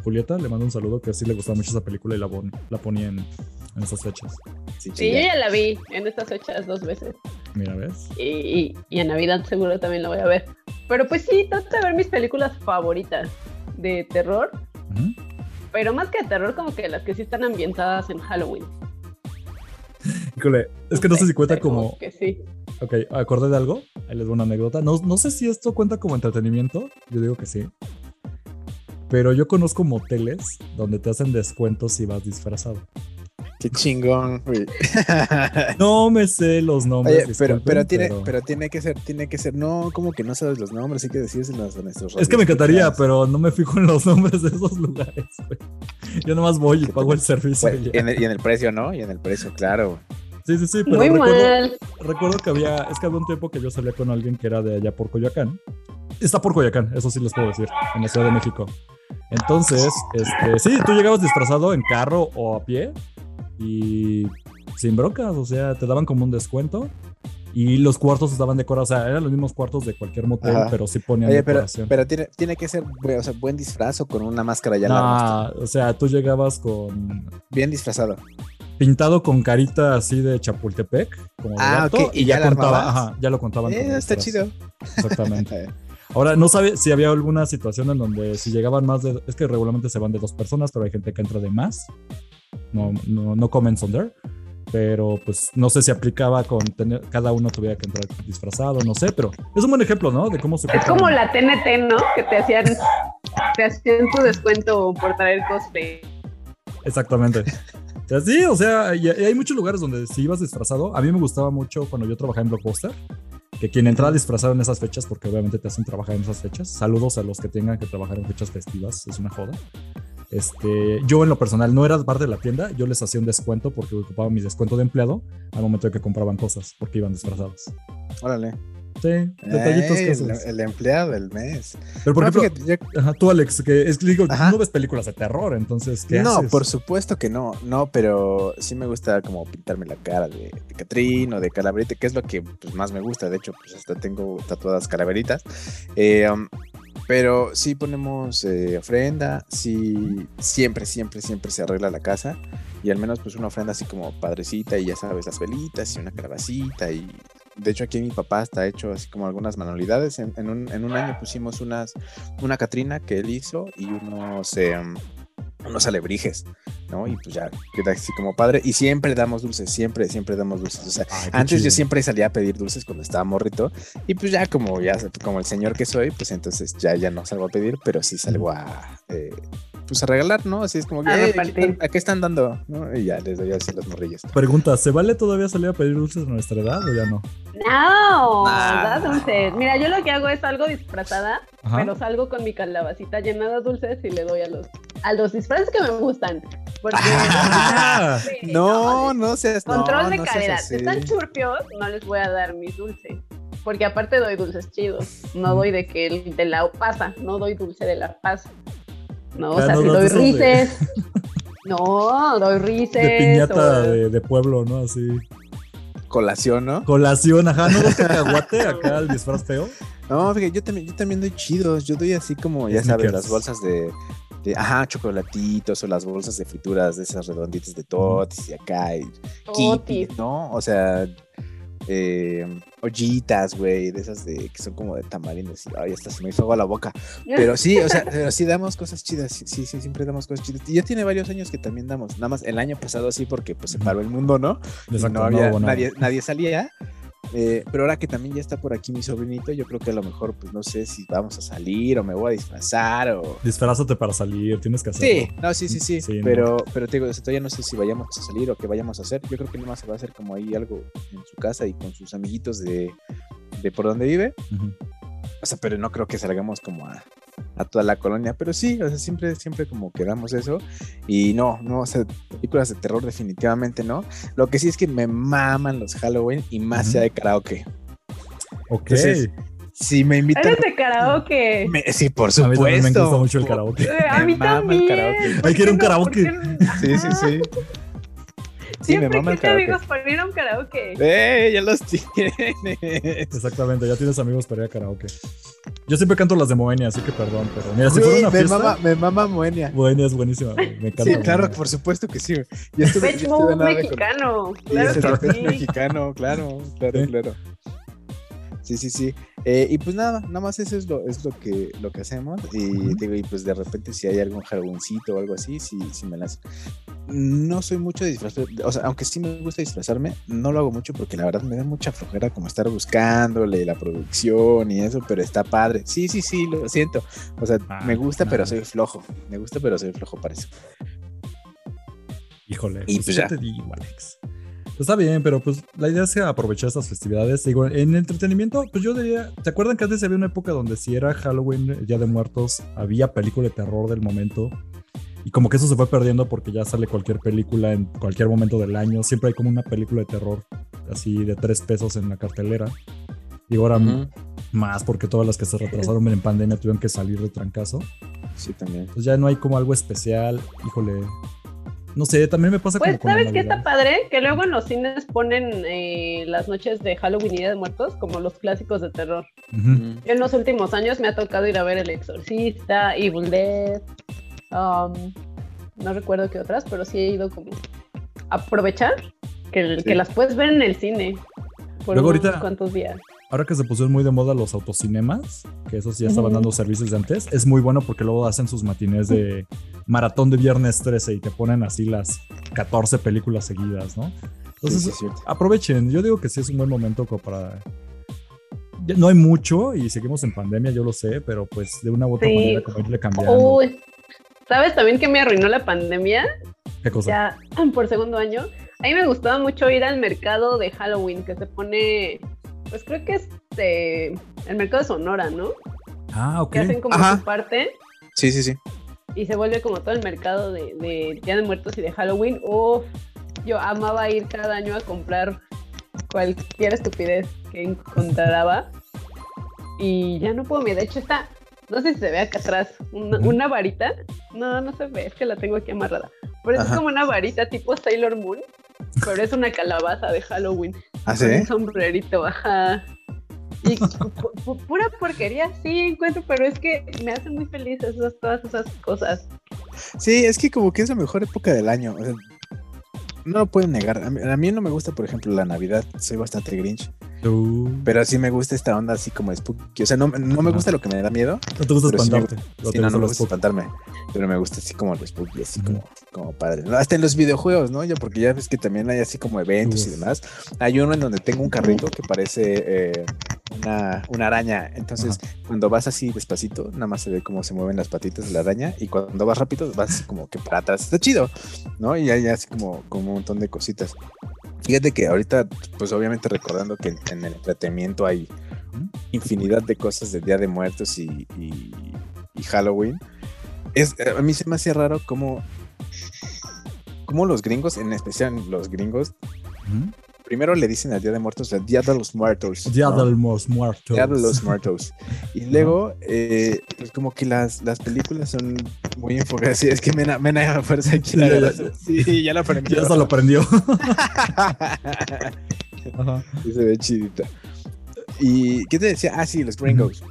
B: Julieta, le mando un saludo que sí le gustaba mucho esa película y la, pon- la ponía en, en esas fechas.
C: Sí,
D: Sí, yo
C: ya.
D: ya la vi en estas fechas dos veces.
B: Mira, ¿ves?
D: Y, y- y en Navidad seguro también la voy a ver. Pero pues sí, trato de ver mis películas favoritas de terror.
B: Ujú.
D: Pero más que de terror, como que las que sí están ambientadas en Halloween.
B: Híjole, es que no sé si cuenta
D: pero
B: como...
D: Que sí.
B: Ok, acordé de algo, ahí les doy una anécdota. No, no sé si esto cuenta como entretenimiento, yo digo que sí. Pero yo conozco moteles donde te hacen descuentos si vas disfrazado.
C: Qué chingón, güey.
B: No me sé los nombres.
C: Oye, pero,
B: disculpen,
C: pero, tiene,
B: pero-
C: pero tiene que ser, tiene que ser. No, como que no sabes los nombres, hay que decírselos a nuestros
B: Es que me encantaría,
C: radioescuchas.
B: pero no me fijo en los nombres de esos lugares. güey. Yo nomás voy y pago el servicio.
C: Bueno,
B: y
C: y,
B: ya.
C: en el, y en el precio, ¿no? Y en el precio, claro.
B: Sí, sí, sí, pero
D: Muy
B: recuerdo,
D: mal.
B: recuerdo que había, es que había un tiempo que yo salía con alguien que era de allá por Coyoacán. Está por Coyoacán, eso sí les puedo decir, en la Ciudad de México. Entonces, este, sí, tú llegabas disfrazado en carro o a pie y sin brocas, o sea, te daban como un descuento y los cuartos estaban decorados, o sea, eran los mismos cuartos de cualquier motel,
C: Ajá.
B: pero sí ponían
C: Oye, pero,
B: decoración.
C: pero tiene, tiene que ser, güey, o sea, buen disfraz o con una máscara ya larga.
B: Nah, o sea, tú llegabas con
C: Bien disfrazado.
B: pintado con carita así de Chapultepec, como de
C: Ah,
B: gato,
C: ok,
B: y,
C: ¿y
B: ya,
C: ya la
B: contaba,
C: armabas?
B: ajá, ya lo contaban.
C: Eh,
B: como
C: está
B: disfraz.
C: chido.
B: Exactamente. Ahora, no sabe si había alguna situación en donde si llegaban más de. Es que regularmente se van de dos personas, pero hay gente que entra de más. No, no, no comments on there. Pero pues no sé si aplicaba con tener. Cada uno tuviera que entrar disfrazado, no sé, pero es un buen ejemplo, ¿no? De cómo se.
D: Es como la TNT, ¿no? Que te hacían, te hacían tu descuento por traer cosplay.
B: Exactamente. Así, o sea, y- y hay muchos lugares donde si ibas disfrazado, a mí me gustaba mucho cuando yo trabajaba en Blockbuster, que quien entraba disfrazado en esas fechas, porque obviamente te hacen trabajar en esas fechas, saludos a los que tengan que trabajar en fechas festivas, es una joda. Este, yo en lo personal no era parte de la tienda, yo les hacía un descuento porque ocupaba mi descuento de empleado al momento de que compraban cosas, porque iban disfrazados.
C: Órale.
B: Sí, detallitos
C: Ey,
B: que
C: el, em, el empleado del mes.
B: Pero por
C: No,
B: ejemplo,
C: fíjate, yo-
B: ajá, tú Alex, que es, digo,
C: Ajá.
B: no ves películas de terror, entonces, ¿qué
C: no,
B: haces?
C: por supuesto que no, no, pero sí me gusta como pintarme la cara de, de Catrín o de Calaverita, que es lo que pues, más me gusta. De hecho, pues hasta tengo tatuadas calaveritas. Eh, um, pero sí ponemos eh, ofrenda, sí, siempre, siempre, siempre se arregla la casa. Y al menos pues una ofrenda así como padrecita y ya sabes, las velitas y una calabacita y... De hecho, aquí mi papá está hecho así como algunas manualidades. En, en un, en un año pusimos unas, una Catrina que él hizo y unos... em, unos alebrijes, ¿no? Y pues ya queda así como padre. Y siempre damos dulces, siempre, siempre damos dulces. O sea,
B: Ay, qué
C: antes yo
B: chido.
C: siempre salía a pedir dulces cuando estaba morrito. Y pues ya como ya como el señor que soy, pues entonces ya, ya no salgo a pedir, pero sí salgo a eh, pues a regalar, ¿no? Así es como que,
D: A
C: "Eh, ¿a,
D: repartir.
C: qué están, a qué están dando? ¿no? Y ya les doy así los morrillos.
B: Pregunta, ¿se vale todavía salir a pedir dulces a nuestra edad o ya no?
D: No,
C: Nah.
D: da dulces. Mira, yo lo que hago es salgo disfrazada,
B: Ajá.
D: pero salgo con mi calabacita llena de dulces y le doy a los a los disfraces que me gustan. Porque *laughs*
B: Ah,
D: Sí,
C: No, no seas. no,
D: Control de
C: no seas
D: calidad.
C: así.
D: Si están churpios, no les voy a dar mis dulces. Porque aparte doy dulces chidos. No doy de que el de la pasa. No doy dulce de la pasa. No, o
B: Ah,
D: sea,
B: no
D: si
B: das
D: doy
B: esos de-
D: rices. No, doy rices.
B: de piñata
D: o-
B: de, de pueblo, ¿no? Así.
C: Colación, ¿no?
B: Colación, ajá, ¿no? das cacahuate acá el disfraz feo.
C: No, fíjate, yo también, yo también doy chidos. Yo doy así como, ya sabes,
B: Snickers.
C: las bolsas de, de, ajá, chocolatitos o las bolsas de frituras de esas redonditas de totis y acá. Y,
D: Otis.
C: Kitty, ¿no? O sea, eh, ollitas, güey, de esas de, que son como de tamarindos. y, Ay, hasta se me hizo agua la boca. Pero sí, o sea, pero sí damos cosas chidas. Sí, sí, sí, siempre damos cosas chidas. Y ya tiene varios años que también damos. Nada más el año pasado sí, porque pues se paró el mundo, ¿no? Y
B: Exacto,
C: no había,
B: hubo nada.
C: nadie, nadie salía. Eh, pero ahora que también ya está por aquí mi sobrinito, yo creo que a lo mejor, pues no sé si vamos a salir o me voy a disfrazar o...
B: Disfrázate para salir, tienes que hacerlo.
C: Sí, no, sí, sí, sí.
B: Sí, no.
C: pero, pero te digo, o sea, todavía no sé si vayamos a salir o qué vayamos a hacer. Yo creo que nomás se va a hacer como ahí algo en su casa y con sus amiguitos de, de por donde vive.
B: Ujú.
C: O sea, pero no creo que salgamos como a, a toda la colonia. Pero sí, o sea, siempre, siempre como quedamos eso. Y no, no, o sea, películas de terror definitivamente no. Lo que sí es que me maman los Halloween y más
B: Ujú.
C: sea de karaoke.
B: Ok.
C: Entonces, Si me invitan...
D: Eres de karaoke.
C: me- sí, por
B: a mí
C: supuesto.
B: también me gusta mucho el
C: Por-
B: karaoke.
D: Eh, A
C: Me
D: mí
C: mama el
D: también.
C: karaoke.
D: ¿Por
B: Hay que ir a un
D: qué no?
B: karaoke.
D: ¿Por qué
C: Sí,
D: no?
C: sí, sí. Sí, me
D: Siempre
C: mama el
D: quise
C: karaoke.
D: amigos para ir a un karaoke.
C: ¡Eh! Ya los tienes.
B: Exactamente, ya tienes amigos para ir a karaoke. Yo siempre canto las de Moenia, así que perdón, pero mira, si fuera
C: Güey,
B: una
C: me,
B: fiesta,
C: mama, me mama Moenia.
B: Moenia es buenísima, güey, me encanta.
C: Sí, claro,
B: Moenia.
C: por supuesto que sí. güey. Yo estuve,
D: Fetch
C: yo estuve
D: Move
C: nada de con-
D: mexicano.
C: Sí, este
D: Claro que
C: papel
D: sí.
C: mexicano, claro, claro,
B: Sí.
C: claro. Sí, sí, sí. Eh, y pues nada, nada más eso es lo, es lo que lo que hacemos. Y
B: Ujú.
C: digo, y pues de repente si hay algún jargoncito o algo así, sí, sí me lanzo. No soy mucho de disfrazar, o sea, aunque sí me gusta disfrazarme, no lo hago mucho porque la verdad me da mucha flojera como estar buscándole la producción y eso, pero está padre. Sí, sí, sí, lo siento. O sea,
B: Ah,
C: me gusta,
B: nada.
C: pero soy flojo. Me gusta, pero soy flojo para eso.
B: Híjole,
C: Y
B: pues,
C: pues
B: ¿qué
C: ya.
B: te digo, Alex? Pues está bien, pero pues la idea es que aprovechar estas festividades. Digo, en entretenimiento, pues yo diría, ¿te acuerdan que antes había una época donde si era Halloween, el Día de Muertos, había película de terror del momento? Y como que eso se fue perdiendo porque ya sale cualquier película en cualquier momento del año. Siempre hay como una película de terror así de tres pesos en la cartelera. Y ahora más porque todas las que se retrasaron en pandemia tuvieron que salir de trancazo.
C: Sí, también.
B: Entonces pues ya no hay como algo especial. Híjole. No sé, también me pasa
D: Pues,
B: como con la
D: ¿sabes qué
B: Navidad.
D: está padre? Que luego en los cines ponen eh, las noches de Halloween y Día de Muertos como los clásicos de terror.
B: Ujú.
D: Yo en los últimos años me ha tocado ir a ver El Exorcista, Evil Dead, um, no recuerdo qué otras, pero sí he ido como a aprovechar que, el-
C: Sí.
D: que las puedes ver en el cine por
B: Luego
D: unos
B: ahorita-
D: cuantos días.
B: Ahora que se pusieron muy de moda los autocinemas, que esos ya estaban
D: Ujú.
B: dando servicios de antes, es muy bueno porque luego hacen sus matines
D: *laughs*
B: de maratón de viernes 13 y te ponen así las 14 películas seguidas, ¿no? Entonces,
C: Sí, sí, es cierto.
B: aprovechen. Yo digo que sí es un buen momento como para. ya no hay mucho y seguimos en pandemia, yo lo sé, pero pues de una u otra
D: Sí.
B: manera, como irle cambiando.
D: Uy, ¿sabes también que me arruinó la pandemia?
B: ¿Qué cosa?
D: ya *laughs* por segundo año. A mí me gustaba mucho ir al mercado de Halloween, que se pone, pues creo que es eh, el mercado de Sonora, ¿no?
B: Ah, ok.
D: Que hacen como
C: Ajá.
D: su parte
C: Sí, sí, sí.
D: y se vuelve como todo el mercado de, de Día de Muertos y de Halloween. Uf, yo amaba ir cada año a comprar cualquier estupidez que encontraba y ya no puedo, mira, de hecho está, no sé si se ve acá atrás, una,
B: Ujú.
D: una varita, no, no se ve, es que la tengo aquí amarrada, pero es
C: Ajá.
D: como una varita tipo Sailor Moon, pero es una calabaza de Halloween,
C: ¿Ah, sí?
D: con un sombrerito, ajá. Y pu- pu- pura porquería, sí, encuentro, pero es que me hacen muy feliz esas, todas esas cosas.
C: Sí, es que como que es la mejor época del año. o sea, no lo pueden negar. A mí, a mí no me gusta, por ejemplo, la Navidad. Soy bastante grinch.
B: Tú-
C: Pero sí me gusta esta onda así como spooky. O sea, no, no me
B: Ajá.
C: gusta lo que me da miedo.
B: No te gusta
C: pero sí me-
B: espantarte. no
C: sí,
B: te
C: no,
B: gusta
C: no me
B: lo
C: gusta
B: spook.
C: espantarme. Pero me gusta así como lo spooky, así
B: Ujú.
C: como, como padre. ¿no? Hasta en los videojuegos, ¿no? Yo porque ya ves que también hay así como eventos y
B: Uf.
C: demás. Hay uno en donde tengo un carrito que parece... eh, una, una araña. Entonces, cuando vas así despacito, nada más se ve cómo se mueven las patitas de la araña. Y cuando vas rápido, vas así como que para atrás. Está chido, ¿no? Y hay así como, como un montón de cositas. Fíjate que ahorita, pues obviamente recordando que en, en el entretenimiento hay infinidad de cosas de Día de Muertos y, y- y Halloween. Es, eh, a mí se me hace raro cómo, cómo los gringos, en especial los gringos,
B: Ujú.
C: primero le dicen al Día de Muertos, el Día de los Muertos.
B: Día
C: ¿no?
B: del Mos Muertos.
C: Día de los Muertos. Y luego, eh, pues como que las, las películas son muy enfocadas. Sí, es que me da fuerza aquí. la
B: Ya, ya,
C: verdad. Sí, ya la aprendí.
B: *laughs* Ya se lo
C: *laughs*
B: aprendió. Ajá.
C: Sí, se ve chidita. ¿Y qué te decía? Ah, sí, los Gringos.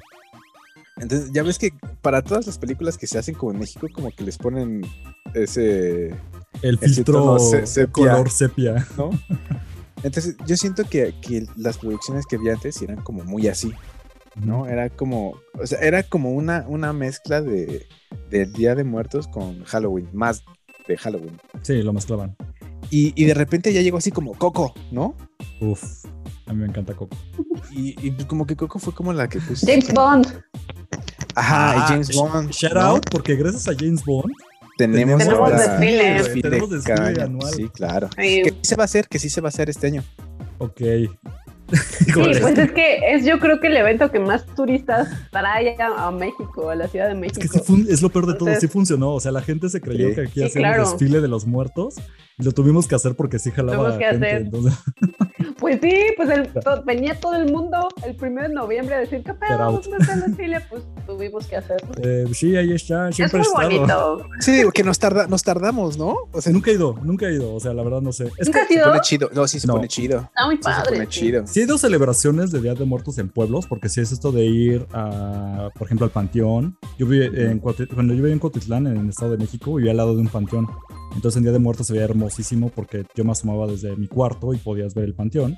C: Entonces, ya ves que para todas las películas que se hacen como en México, como que les ponen ese,
B: El
C: El
B: filtro
C: tono se- sepia.
B: color sepia.
C: ¿no? Entonces, yo siento que, que las producciones que vi antes eran como muy así, ¿no? Era como, o sea, era como una, una mezcla de, del Día de Muertos con Halloween, más de Halloween.
B: Sí, lo mezclaban.
C: Y, y de repente ya llegó así como Coco, ¿no?
B: Uf, a mí me encanta Coco.
C: Y, y pues como que Coco fue como la que puso.
D: James Bond.
C: Ajá,
B: Ah,
C: y James
B: sh-
C: Bond.
B: Shout
C: ¿no?
B: out, porque gracias a James Bond
C: Tenemos,
D: Tenemos
C: ahora
D: desfile.
C: desfile
B: Tenemos desfile
C: cada año.
B: anual.
C: Sí, claro.
D: Sí.
C: Que sí se va a hacer, que sí se va a hacer este año.
B: Ok.
D: Sí,
B: *laughs* Híjole,
D: pues es que es yo creo que el evento que más turistas trae a, a México, a la Ciudad de
B: es
D: México.
B: que sí fun- es lo peor de todo, sí
D: Entonces-
B: funcionó. O sea, la gente se creyó
C: Sí.
B: que aquí
D: Sí,
B: hacíamos
D: claro.
B: desfile de los muertos y lo tuvimos que hacer porque sí jalaba
D: Tuvimos que
B: gente.
D: hacer.
B: Entonces,
D: Pues sí, pues el- to- venía todo el mundo el 1 de noviembre a decir, ¿qué pedo?
B: Pero-
D: ¿Dónde está el desfile? Pues tuvimos que hacerlo.
B: eh, sí, ahí está,
D: Es
B: siempre
D: muy
B: he estado.
D: bonito.
C: Sí, digo que nos, tarda, nos tardamos, ¿no? O sea,
B: Eh, Nunca he ido, nunca he ido. O sea, la verdad no sé. Es que
D: ¿Nunca has
C: se
D: ido?
C: pone chido. No, sí se
B: No.
C: pone chido.
D: Está muy
C: Sí se
D: padre.
C: pone
D: sí.
C: chido.
B: sí he ido a celebraciones de Día de Muertos en pueblos, porque sí es esto de ir, a, por ejemplo, al panteón. Yo viví en Cuautitlán, cuando yo vivía en Cuautitlán, en el Estado de México, vivía al lado de un panteón. Entonces en Día de Muertos se veía hermosísimo porque yo me asomaba desde mi cuarto y podías ver el panteón.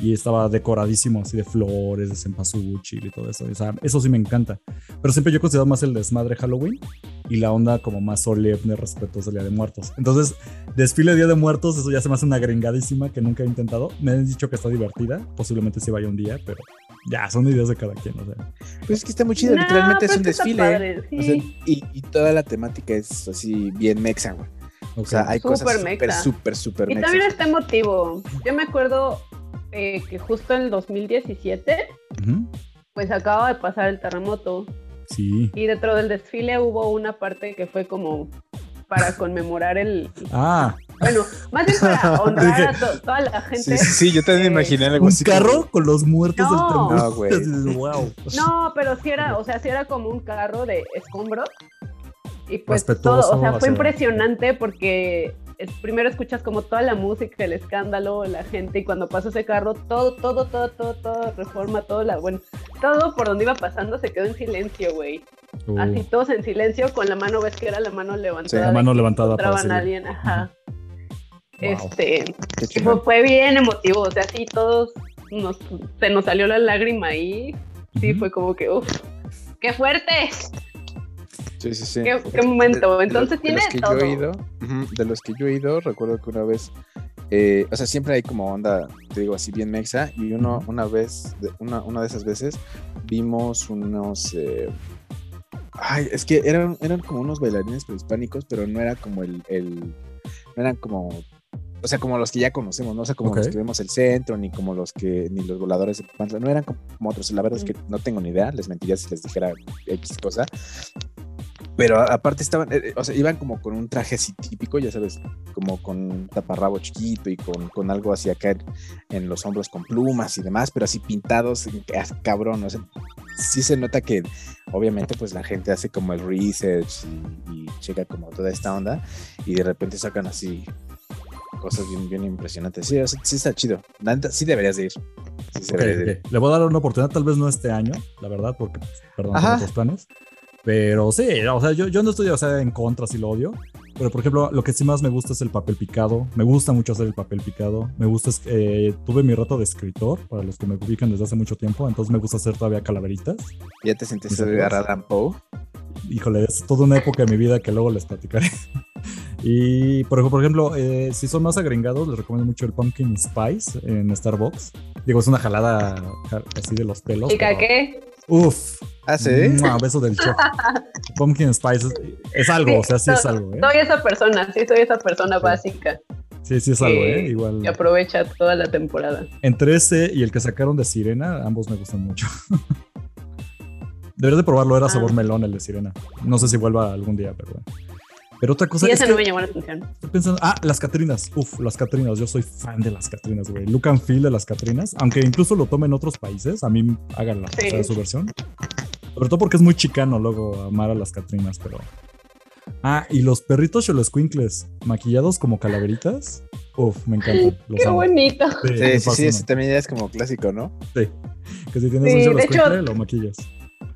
B: Y estaba decoradísimo así de flores, de cempasúchil y todo eso. O sea, eso sí me encanta. Pero siempre yo he considerado más el desmadre Halloween y la onda como más solemne respecto al Día de Muertos. Entonces, desfile de Día de Muertos, eso ya se me hace una gringadísima que nunca he intentado. Me han dicho que está divertida, posiblemente sí vaya un día, pero ya, son ideas de cada quien, o sea.
C: Pues es que está muy chido.
D: No,
C: Literalmente es
D: pero
C: un
D: que está
C: desfile. ¿eh?
D: padre,
C: O sea,
D: sí.
C: y, y toda la temática es así bien mexa, güey.
B: ok.
C: O sea, hay
D: Súper
C: cosas súper,
D: mexa.
C: súper, súper
D: Y
C: mexas.
D: también está emotivo. Yo me acuerdo eh, que justo en el 2017,
B: Ujú.
D: pues acaba de pasar el terremoto.
B: Sí.
D: Y dentro del desfile hubo una parte que fue como para conmemorar el.
B: Ah,
D: Bueno, más bien
C: *laughs*
D: para honrar a
B: Dije-
D: to- toda la
C: Sí,
D: gente.
C: sí, sí, yo también
D: Eh,
C: imaginé algo
B: un
C: así. como-
B: carro con los muertos
D: No.
C: No,
B: del
C: güey.
B: temblor. *laughs* wow.
D: No, pero sí era,
B: pues,
D: o sea, sí era como un carro de escombros. Y pues
B: Respetuoso
D: todo, o sea,
B: hacia-
D: fue impresionante porque es- primero escuchas como toda la música, el escándalo, la gente, y cuando pasó ese carro, todo, todo, todo, todo, todo, reforma, todo la, bueno, todo por donde iba pasando se quedó en silencio, güey.
B: Uh,
D: Así todos en silencio, con la mano, ves que era la mano levantada.
C: Sí, la
D: de
B: mano
D: que
B: levantada para
D: encontraban a
B: decirle.
D: alguien, ajá.
B: Wow.
D: Este,
C: Qué
D: y fue,
C: chingón.
D: fue bien emotivo, o sea, sí, todos nos, se nos salió la lágrima ahí, sí,
B: Ujú.
D: fue como que, uff, qué fuerte,
C: Sí, sí, sí.
D: qué, qué momento.
C: de- de
D: Entonces
C: los- de
D: tiene
C: los que
D: todo.
C: Yo he ido, ujú, de los que yo he ido, recuerdo que una vez, eh, o sea, siempre hay como onda, te digo así, bien mexa, y uno, una vez, de- una, una de esas veces, vimos unos... eh, ay, es que eran, eran como unos bailarines prehispánicos, pero no era como el... el- no eran como... O sea, como los que ya conocemos, ¿no? O sea, como los
B: Ok.
C: que vemos el centro, ni como los que, ni los voladores de Pantla, no eran como otros. La verdad es que no tengo ni idea, les mentiría si les dijera X cosa. Pero a- aparte estaban, eh, eh, o sea, iban como con un traje así típico, ya sabes, como con un taparrabo chiquito y con, con algo así acá en, en los hombros con plumas y demás, pero así pintados, en- ah, cabrón, o sea, sí se nota que obviamente pues la gente hace como el research y, y checa como toda esta onda y de repente sacan así cosas bien, bien impresionantes. Sí, o sea, sí está chido, La neta, sí deberías de ir. Sí, sí
B: Ok,
C: deberías de ir.
B: ok. Le voy a dar una oportunidad, tal vez no este año, la verdad, porque, pues, perdón, tengo
C: Ajá.
B: otros planes. Pero sí, o sea, yo, yo no estoy o sea, en contra si lo odio. Pero, por ejemplo, lo que sí más me gusta es el papel picado. Me gusta mucho hacer el papel picado. Me gusta, es- eh, tuve mi rato de escritor, para los que me ubican desde hace mucho tiempo. Entonces me gusta hacer todavía calaveritas.
C: ¿Ya te sentiste
B: Mis
C: de
B: amigos.
C: agarrar Poe?
B: Híjole, es toda una época de mi vida que luego les platicaré. *laughs* Y por, ej- por ejemplo, eh, si son más agringados, les recomiendo mucho el Pumpkin Spice en Starbucks. Digo, es una jalada ja- así de los pelos.
D: Chica,
B: pero-
D: ¿qué?
B: Uf.
C: Ah, sí.
B: Mua, beso del *laughs* chef. Pumpkin Spice es, es algo, o sea, sí es
D: so-
B: algo, ¿eh?
D: Soy esa persona, sí, soy esa persona
B: Sí.
D: básica
B: Sí, sí es algo, ¿eh?
D: Eh,
B: Igual.
D: que aprovecha toda la temporada.
B: Entre ese y el que sacaron de Sirena, ambos me gustan mucho. *laughs* Deberías de probarlo, era sabor
D: Ah.
B: melón el de Sirena. No sé si vuelva algún día, pero bueno. Pero otra cosa
D: y
B: es
D: esa
B: que
D: no me llamó la atención.
B: estoy pensando, ah, las Catrinas. Uf, las Catrinas, yo soy fan de las Catrinas, güey. Look and feel de las Catrinas, aunque incluso lo tomen otros países, a mí háganla,
D: Sí.
B: o sea, su versión. Sobre todo porque es muy chicano luego amar a las Catrinas, pero Ah, y los perritos Xoloscuincles, maquillados como calaveritas. Uf, me encantan. Los
D: Qué
B: amo.
D: bonito.
B: Sí, me
C: Sí, sí, sí,
B: fascinan.
C: ese también ya es como clásico, ¿no?
B: Que si tienes
D: Sí,
B: un
D: de
B: Xoloscuincle,
D: hecho-
B: lo maquillas.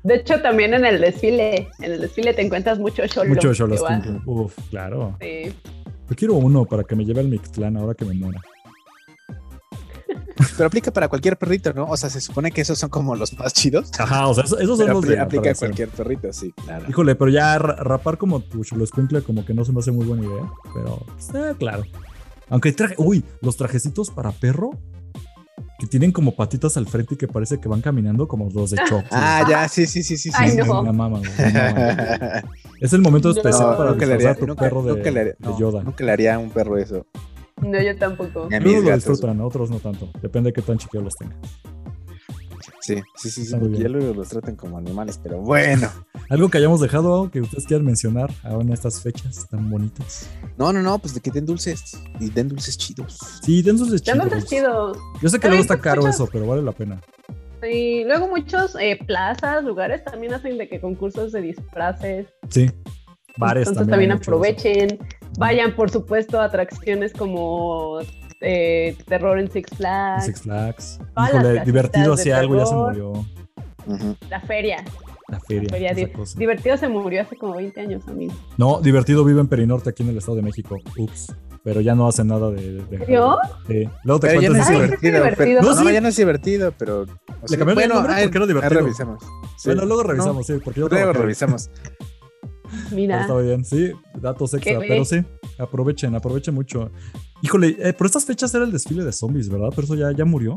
D: De hecho, también en el desfile, en el desfile te encuentras mucho cholo.
B: Mucho
D: que va.
B: Xoloscuincle. Uf, claro.
D: Sí.
B: Yo quiero uno para que me lleve al Mictlán ahora que me
C: *laughs*
B: muera.
C: Pero aplica para cualquier perrito, ¿no? O sea, se supone que esos son como los más chidos.
B: Ajá, o sea, esos, esos son
C: Pero
B: los
C: apli-
B: de
C: aplica a
B: atracción.
C: cualquier perrito, sí, claro.
B: Híjole, pero ya ra- rapar como tu Xoloscuincle como que no se me hace muy buena idea. Pero, pues, eh, claro. Aunque hay traje... Uy, los trajecitos para perro que tienen como patitas al frente y que parece que van caminando como los de
C: *laughs*
B: Chucky.
C: Ah, ya, sí, sí, sí, sí. sí.
D: Ay,
B: Sí,
C: *laughs*
D: no.
B: me mama, güey, me mama. Es el momento
C: Pues,
D: No,
B: especial para
C: nunca le haría,
B: disfrazar tu
C: nunca-
B: perro de,
C: nunca le haría-
B: de
C: no,
B: Yoda.
C: nunca le haría a un perro eso.
D: No, yo tampoco.
C: Ni a mis
B: Algunos lo
C: gatos.
B: disfrutan, otros no tanto. Depende de qué tan chiquillos los tengan.
C: Sí, sí, sí, sí,
B: Está muy
C: porque ya
B: bien.
C: luego los tratan como animales, pero bueno.
B: Algo que hayamos dejado que ustedes quieran mencionar ahora en estas fechas tan bonitas.
C: No, no, no, pues de que den dulces. Y den dulces chidos.
B: Sí, den sus
D: Ya no te
B: chidos. Yo sé que luego
D: Pero hay
B: está caro
D: muchas-
B: eso, pero vale la pena.
D: Sí, luego muchos eh, plazas, lugares también hacen de que concursos de disfraces.
B: Sí. Bares
D: Entonces
B: también.
D: también,
B: hay mucho de eso.
D: aprovechen. Vayan, por supuesto, a atracciones como eh, Terror en Six Flags,
B: Six Flags.
D: las
B: Híjole,
D: placitas
B: divertido
D: de
B: hacía algo, ya se
D: terror.
B: murió.
C: Ujú.
D: la feria.
B: La feria.
D: feria
B: esa
D: di-
B: cosa.
D: Divertido se murió hace como 20 años, amigo.
B: No, divertido vive en Perinorte, aquí en el Estado de México. Ups. Pero ya no hace nada de. de- de-
D: ¿Yo?
B: Sí. Luego te
C: Pero
B: cuento
C: ya no es
B: ese
D: Ay,
B: divertido.
D: qué
C: divertido.
D: divertido.
C: pero-
B: No,
C: no,
B: sí.
C: ya no es divertido, pero. o sea,
B: cambiaron el nombre
C: ahí-
B: porque era
C: ahí
B: divertido.
C: revisamos. Sí.
B: Bueno, luego
C: No,
B: revisamos, sí, porque yo
C: luego
B: trabajé.
C: revisamos.
B: Pero
D: Mira,
B: Está bien, sí, datos extra,
D: Qué
B: pero
D: bien.
B: sí, aprovechen, aprovechen mucho. Híjole, eh, por estas fechas era el desfile de zombies, ¿verdad? Pero eso ya, ya murió.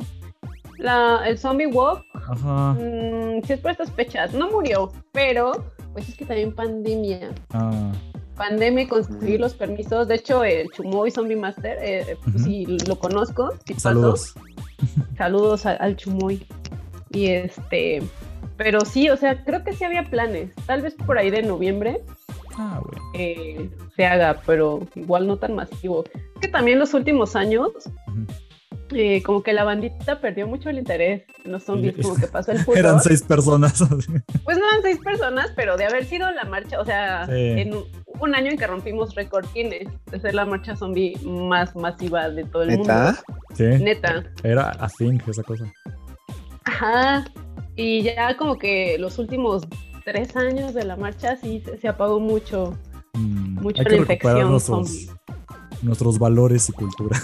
D: la- el Zombie Walk,
B: Ajá.
D: mm, sí es por estas fechas, no murió, pero pues es que también pandemia.
B: Ah,
D: pandemia y conseguir
C: Ujú.
D: los permisos. De hecho, el Chumoy Zombie Master, eh, pues,
B: Ujú.
D: si lo conozco, si paso,
B: saludos.
D: saludos a- al Chumoy. Y este, pero sí, o sea, creo que sí había planes. Tal vez por ahí de noviembre
B: Ah, bueno.
D: eh, se haga, pero igual no tan masivo. Es que también los últimos años, eh, como que la bandita perdió mucho el interés en los zombies,
B: Sí.
D: como que
B: *laughs*
D: pasó el fútbol.
B: Eran seis personas. *laughs*
D: Pues no eran seis personas, pero de haber sido la marcha, o sea,
B: Sí.
D: en un- un año en que rompimos récord Guinness de ser la marcha zombie más masiva de todo el mundo.
C: *laughs* ¿Neta?
B: sí,
D: Neta.
B: era a thing esa cosa.
D: Ajá. Y ya como que los últimos tres años de la marcha sí se, se apagó mucho.
B: Mm,
D: Mucho
B: hay
D: la
B: que
D: infección
B: recuperar nuestros,
D: zombie.
B: nuestros valores y cultura.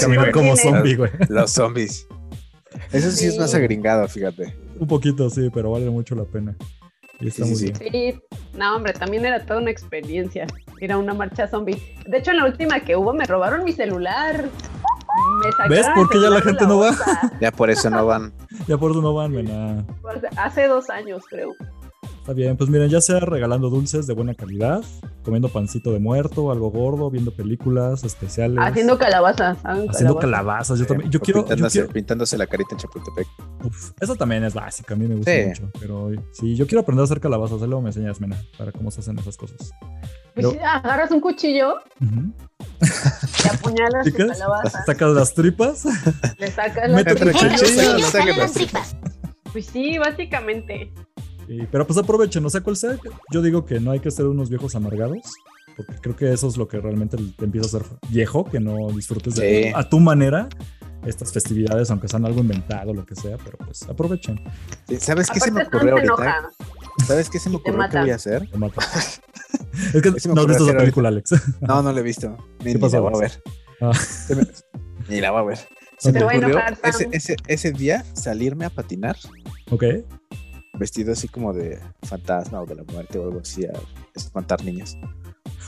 B: *laughs* Caminar
C: güey.
B: como
D: Guinness.
B: zombie, güey.
C: Los zombies. Eso sí, es
D: Sí.
C: más agringado, fíjate.
B: Un poquito, sí, pero vale mucho la pena. Y está
C: Sí, sí,
B: muy
C: sí.
B: bien.
D: Sí, no, hombre, también era toda una experiencia. Era una marcha zombie. De hecho, en la última que hubo me robaron mi celular. Me sacaron
B: ¿Ves
D: el
B: por qué ya la
D: celular de
B: gente no va?
D: bolsa.
C: Ya por eso no van. *laughs*
B: Ya por eso no van, nada.
D: O sea, Pues, Hace dos años, creo.
B: Está bien, pues miren, ya sea regalando dulces de buena calidad, comiendo pancito de muerto, algo gordo, viendo películas especiales.
D: Haciendo calabazas. hagan
B: haciendo calabazas.
D: calabazas.
B: Yo también. Yo
C: O
B: quiero. Yo
C: eh, pintándose,
B: quiero
C: pintándose la carita en Chapultepec.
B: uf, esa también es básica, a mí me gusta
C: Sí.
B: mucho. Pero sí, yo quiero aprender a hacer calabazas. Ahí Luego me enseñas, Mena, para cómo se hacen esas cosas.
D: Pues
B: Pero-
D: sí, agarras un cuchillo
B: Ujú.
D: y apuñalas tu
B: ¿Chicas?
D: calabaza,
B: Sacas las tripas.
D: le sacas la
B: Métete el
D: cuchilla.
B: cuchillo.
C: Cuchillo, sáquenlo.
D: Pues sí, básicamente.
B: Y- pero pues aprovechen, o sea, cual sea. Yo digo que no hay que ser unos viejos amargados, porque creo que eso es lo que realmente te empieza a ser viejo, que no disfrutes de
C: Sí.
B: a tu manera estas festividades, aunque sean algo inventado, lo que sea, pero pues aprovechen.
C: Sí, ¿Sabes qué se me
D: Aparte, Sam
C: ocurrió
D: se
C: ahorita?
D: enoja.
B: ¿eh?
D: *laughs*
C: ¿Sabes qué se me
D: Y te
C: ocurrió que
D: mata.
C: voy a hacer?
B: te
C: *laughs*
B: mata. es que
C: Sí me
B: no has
C: ocurrió
B: visto
C: hacer
B: esa película, Alex. *laughs*
C: No, no lo he visto. Ni,
B: ¿Qué
C: ni
B: pasó?
C: la voy a ver.
B: Ah.
C: Se me- *laughs* Ni la voy a ver. Se
B: Ok.
C: me
D: Te va a
C: ocurrió
D: enojar, Sam.
C: ese, ese, ese día salirme a patinar
B: ok,
C: vestido así como de fantasma o de la muerte o algo así a espantar niños.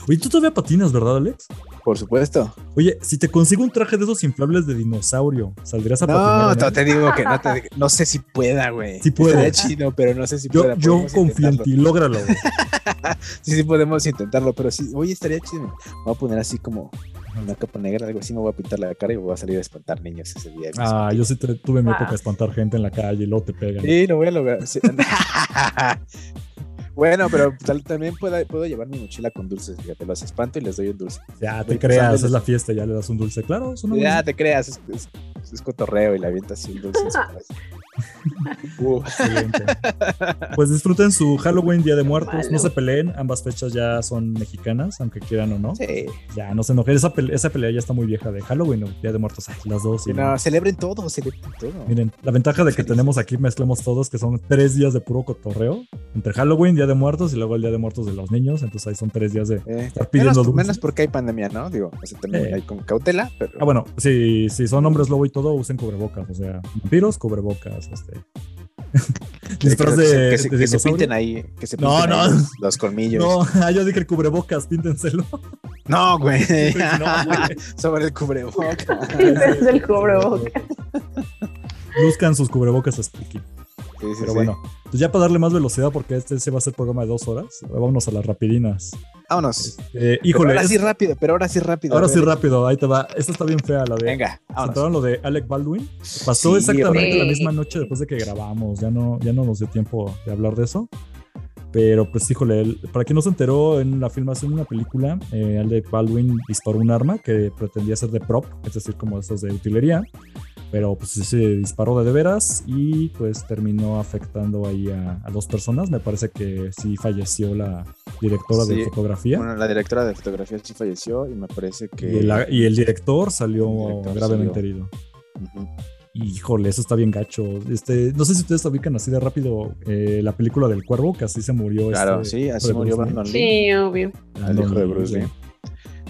B: Oye, tú todavía patinas, ¿verdad, Alex?
C: Por supuesto.
B: Oye, si te consigo un traje de esos inflables de dinosaurio, ¿saldrías a
C: No,
B: patinar? en
C: no
B: él?
C: te digo que no,
D: *laughs*
C: te- no sé si pueda, güey.
B: Sí puede.
C: Estaría chido, pero no sé si
B: Yo,
C: pueda.
B: yo
C: Podemos
B: confío en
C: intentarlo.
B: ti,
C: *laughs*
B: lógralo. güey.
C: Sí, sí, podemos intentarlo, pero sí, oye, estaría chido. Me voy a poner así como una capa negra, algo así, me voy a pintar la cara y voy a salir a espantar niños ese día.
B: Ah, yo sí te- tuve mi
D: Ah.
B: época de espantar gente en la calle y luego te pegan.
C: Sí, lo voy a lograr. sí. *laughs* bueno, pero tal- también puedo, puedo llevar mi mochila con dulces, fíjate, los espanto y les doy un dulce.
B: Ya te
C: Güey,
B: creas,
C: pues,
B: es la fiesta, ya le das un dulce. Claro, es una buena
C: Ya te creas, es, es- es cotorreo y la avienta así un dulce. en su cara. Uh,
B: Excelente.
C: *laughs*
B: Pues disfruten su Halloween, Día de Muertos.
D: malo.
B: No se peleen, ambas fechas ya son mexicanas, aunque quieran o no. pues,
C: sí.
B: Ya, no se enojen. Esa, pele- esa pelea ya está muy vieja de Halloween o Día de Muertos. Ay, las dos.
C: Sí,
B: y-
C: no, celebren todo, celebren todo.
B: Miren, la ventaja de que
C: Felices.
B: tenemos aquí mezclamos todos, que son tres días de puro cotorreo. Entre Halloween, Día de Muertos y luego el Día de Muertos de los niños. Entonces ahí son tres días de
C: Eh,
B: estar pidiendo
C: menos,
B: dulces.
C: menos porque hay pandemia, ¿no? Digo, o sea, también
B: Eh.
C: hay con cautela, pero
B: Ah, bueno, si, si son hombres lobo y todo, usen cubrebocas. O sea, vampiros, cubrebocas.
C: *laughs*
B: Este. Disfraz
C: que,
B: pues,
C: se-
B: de.
C: que se,
B: de
C: que se
B: dinosaurio.
C: pinten ahí, que se
B: No,
C: pinten ahí
B: no.
C: los, los colmillos.
B: No, *laughs* ah, yo dije cubrebocas,
C: *laughs*
B: píntenselo.
C: No, güey.
B: *laughs* No, güey.
C: *laughs* Sobre el cubrebocas.
D: Desde el cubrebocas.
B: *laughs* Buscan sus cubrebocas spooky.
C: Sí, sí,
B: Pero
C: sí.
B: bueno, pues ya para darle más velocidad, porque este se va a ser programa de dos horas, vámonos a las rapidinas.
C: Vámonos.
B: Eh,
C: Híjole.
B: híjole,
C: ahora
B: es-
C: sí rápido, pero ahora sí rápido. a
B: ahora sí
C: ver.
B: rápido, ahí te va. Esta está bien fea, la de.
C: Venga,
B: ¿Se
C: vámonos.
B: enteraron lo de Alec Baldwin? Pasó
C: Sí,
B: exactamente
D: güey.
B: la misma noche después de que grabamos. Ya no, ya no nos dio tiempo de hablar de eso. Pero pues híjole, el- para quien no se enteró, en la filmación de una película, eh, Alec Baldwin disparó un arma que pretendía ser de prop, es decir, como estos de utilería. Pero pues sí se disparó de de veras y pues terminó afectando ahí a, a dos personas. Me parece que sí falleció la directora de
C: Sí.
B: fotografía.
C: Bueno, la directora de fotografía sí falleció y me parece que.
B: y, el, y el director salió
C: El director
B: gravemente
C: salió.
B: herido.
C: Ujú.
B: Híjole, eso está bien gacho. Este, no sé si ustedes ubican así de rápido eh, la película del cuervo, que así se murió.
C: Claro,
B: este,
C: sí, así
B: Bruce
C: murió
B: Lee.
C: Brandon Lee,
D: Sí, obvio.
C: el hijo de Bruce
B: Lee.
C: Lee.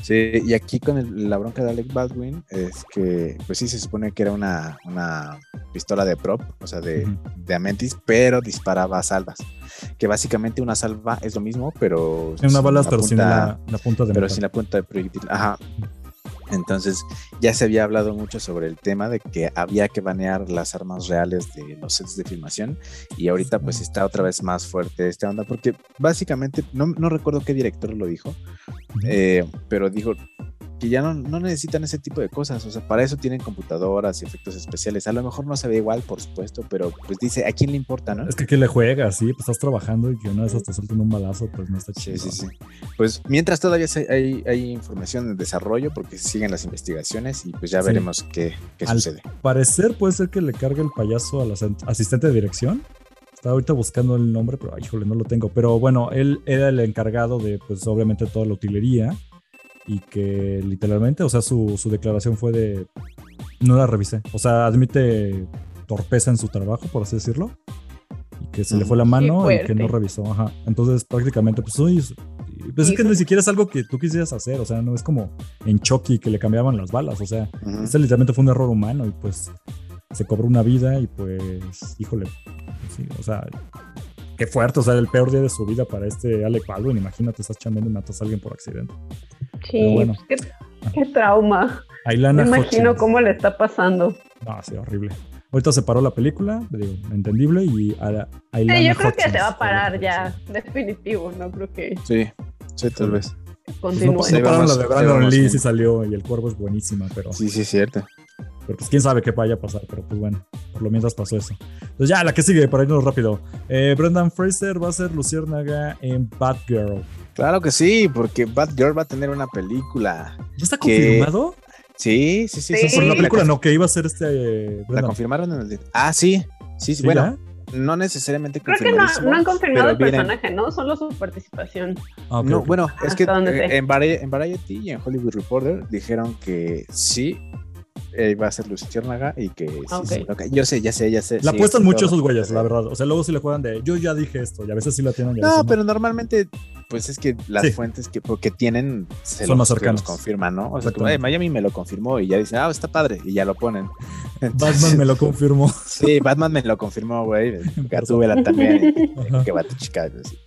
C: Sí, y aquí con el- la bronca de Alec Baldwin es que, pues sí, se supone que era una, una pistola de prop, o sea, de,
B: Ujú.
C: de Amentis, pero disparaba salvas. Que básicamente una salva es lo mismo, pero.
B: Tiene una bala, pero sin
C: punta-
B: la, la punta de
C: pero
B: metal.
C: sin la punta de proyectil. Ajá. Entonces, ya se había hablado mucho sobre el tema de que había que banear las armas reales de los sets de filmación y ahorita pues está otra vez más fuerte esta onda porque básicamente, no, no recuerdo qué director lo dijo,
B: Ujú.
C: eh, pero dijo que ya no, no necesitan ese tipo de cosas, o sea, para eso tienen computadoras y efectos especiales. A lo mejor no se ve igual, por supuesto, pero pues dice, ¿a quién le importa, no?
B: Es que ¿qué le juegas? Sí, pues estás trabajando y que una vez hasta suelten un balazo, pues no está
C: Sí,
B: chido.
C: sí, sí. Pues mientras todavía se- hay, hay información en desarrollo porque siguen las investigaciones y pues ya
B: Sí.
C: veremos qué, qué
B: Al-
C: sucede.
B: Parecer puede ser que le cargue el payaso al asen- asistente de dirección. Estaba ahorita buscando el nombre, pero ay, híjole, no lo tengo. Pero bueno, él era el encargado de, pues obviamente, toda la utilería. Y que literalmente, o sea, su, su declaración fue de. No la revisé. O sea, admite torpeza en su trabajo, por así decirlo. Y que se le fue la mano y que
D: fuerte.
B: no revisó. Ajá. Entonces, prácticamente, pues, uy, pues es que ni siquiera es algo que tú quisieras hacer. O sea, no es como en Chucky que le cambiaban las balas. O sea,
C: Ujú.
B: este literalmente fue un error humano y pues se cobró una vida y pues, híjole, sí, o sea, qué fuerte, o sea, el peor día de su vida para este Alec Baldwin, imagínate, estás chambeando y matas a alguien por accidente. Pero
D: Sí,
B: bueno.
D: pues, qué, qué trauma.
B: Ailana
D: Me imagino
B: Hutchins.
D: cómo le está pasando.
B: No, sí, horrible. Ahorita se paró la película, digo, entendible, y a Ailana
D: Sí, yo creo que
B: Hutchins
D: se
B: fue
D: va
B: la
D: a parar
B: que
D: ya,
B: apareció.
D: definitivo, no creo que
C: Sí, sí, tal vez.
B: Pues no,
D: continúe.
B: pues no
C: Ahí
B: pararon la
C: vamos,
B: de
C: ahí
B: Brandon
C: vamos
B: Lee,
C: bien.
B: sí salió, y el cuervo es buenísima, pero...
C: Sí, sí, es cierto.
B: Pero pues quién sabe qué vaya a pasar, pero pues bueno, por lo mientras pasó eso. Entonces ya, la que sigue, para irnos rápido. Eh, Brendan Fraser va a ser Luciérnaga en Batgirl.
C: Claro que sí, porque Batgirl va a tener una película.
B: ¿Ya está
C: Que-
B: confirmado?
C: Sí, sí, sí. sí,
D: Sí.
C: sí,
B: Por la
C: la
B: película
C: conf-
B: no, que iba a ser este eh,
C: La
B: Brendan.
C: confirmaron en el... Ah, sí. Sí, sí,
B: ¿Sí,
C: bueno,
B: ya?
C: no necesariamente
D: Creo que no,
C: confirmadísimo,
D: no han confirmado
C: pero
D: el
C: vienen-
D: personaje, ¿no? Solo su participación.
B: Ah, ok,
C: No,
B: ok.
C: bueno, es que
D: ¿Hasta dónde
C: eh,
D: sé?
C: en, Vari- en Variety y en Hollywood Reporter dijeron que sí eh, iba a ser Luciérnaga y que sí,
D: Ah, ok.
C: sí, ok. Yo sé, ya sé, ya sé.
B: La
C: sí,
B: apuestan
C: sí,
B: mucho
C: todo.
B: esos güeyes, la verdad. O sea, luego sí le juegan de, yo ya dije esto, y a veces sí la tienen. y a
C: No,
B: veces
C: pero normalmente, pues es que las
B: Sí.
C: fuentes que, porque tienen se
B: Son más
C: se
B: cercanas.
C: confirman, ¿no? O sea, como,
B: Exactamente.
C: "Ay, Miami me lo confirmó y ya dicen, ah, está padre, y ya lo ponen. *laughs*
B: Batman me lo confirmó. *laughs*
D: *laughs*
C: Sí, Batman me lo confirmó, güey. Gatúbela también.
B: Ajá.
C: que va tu chica. así.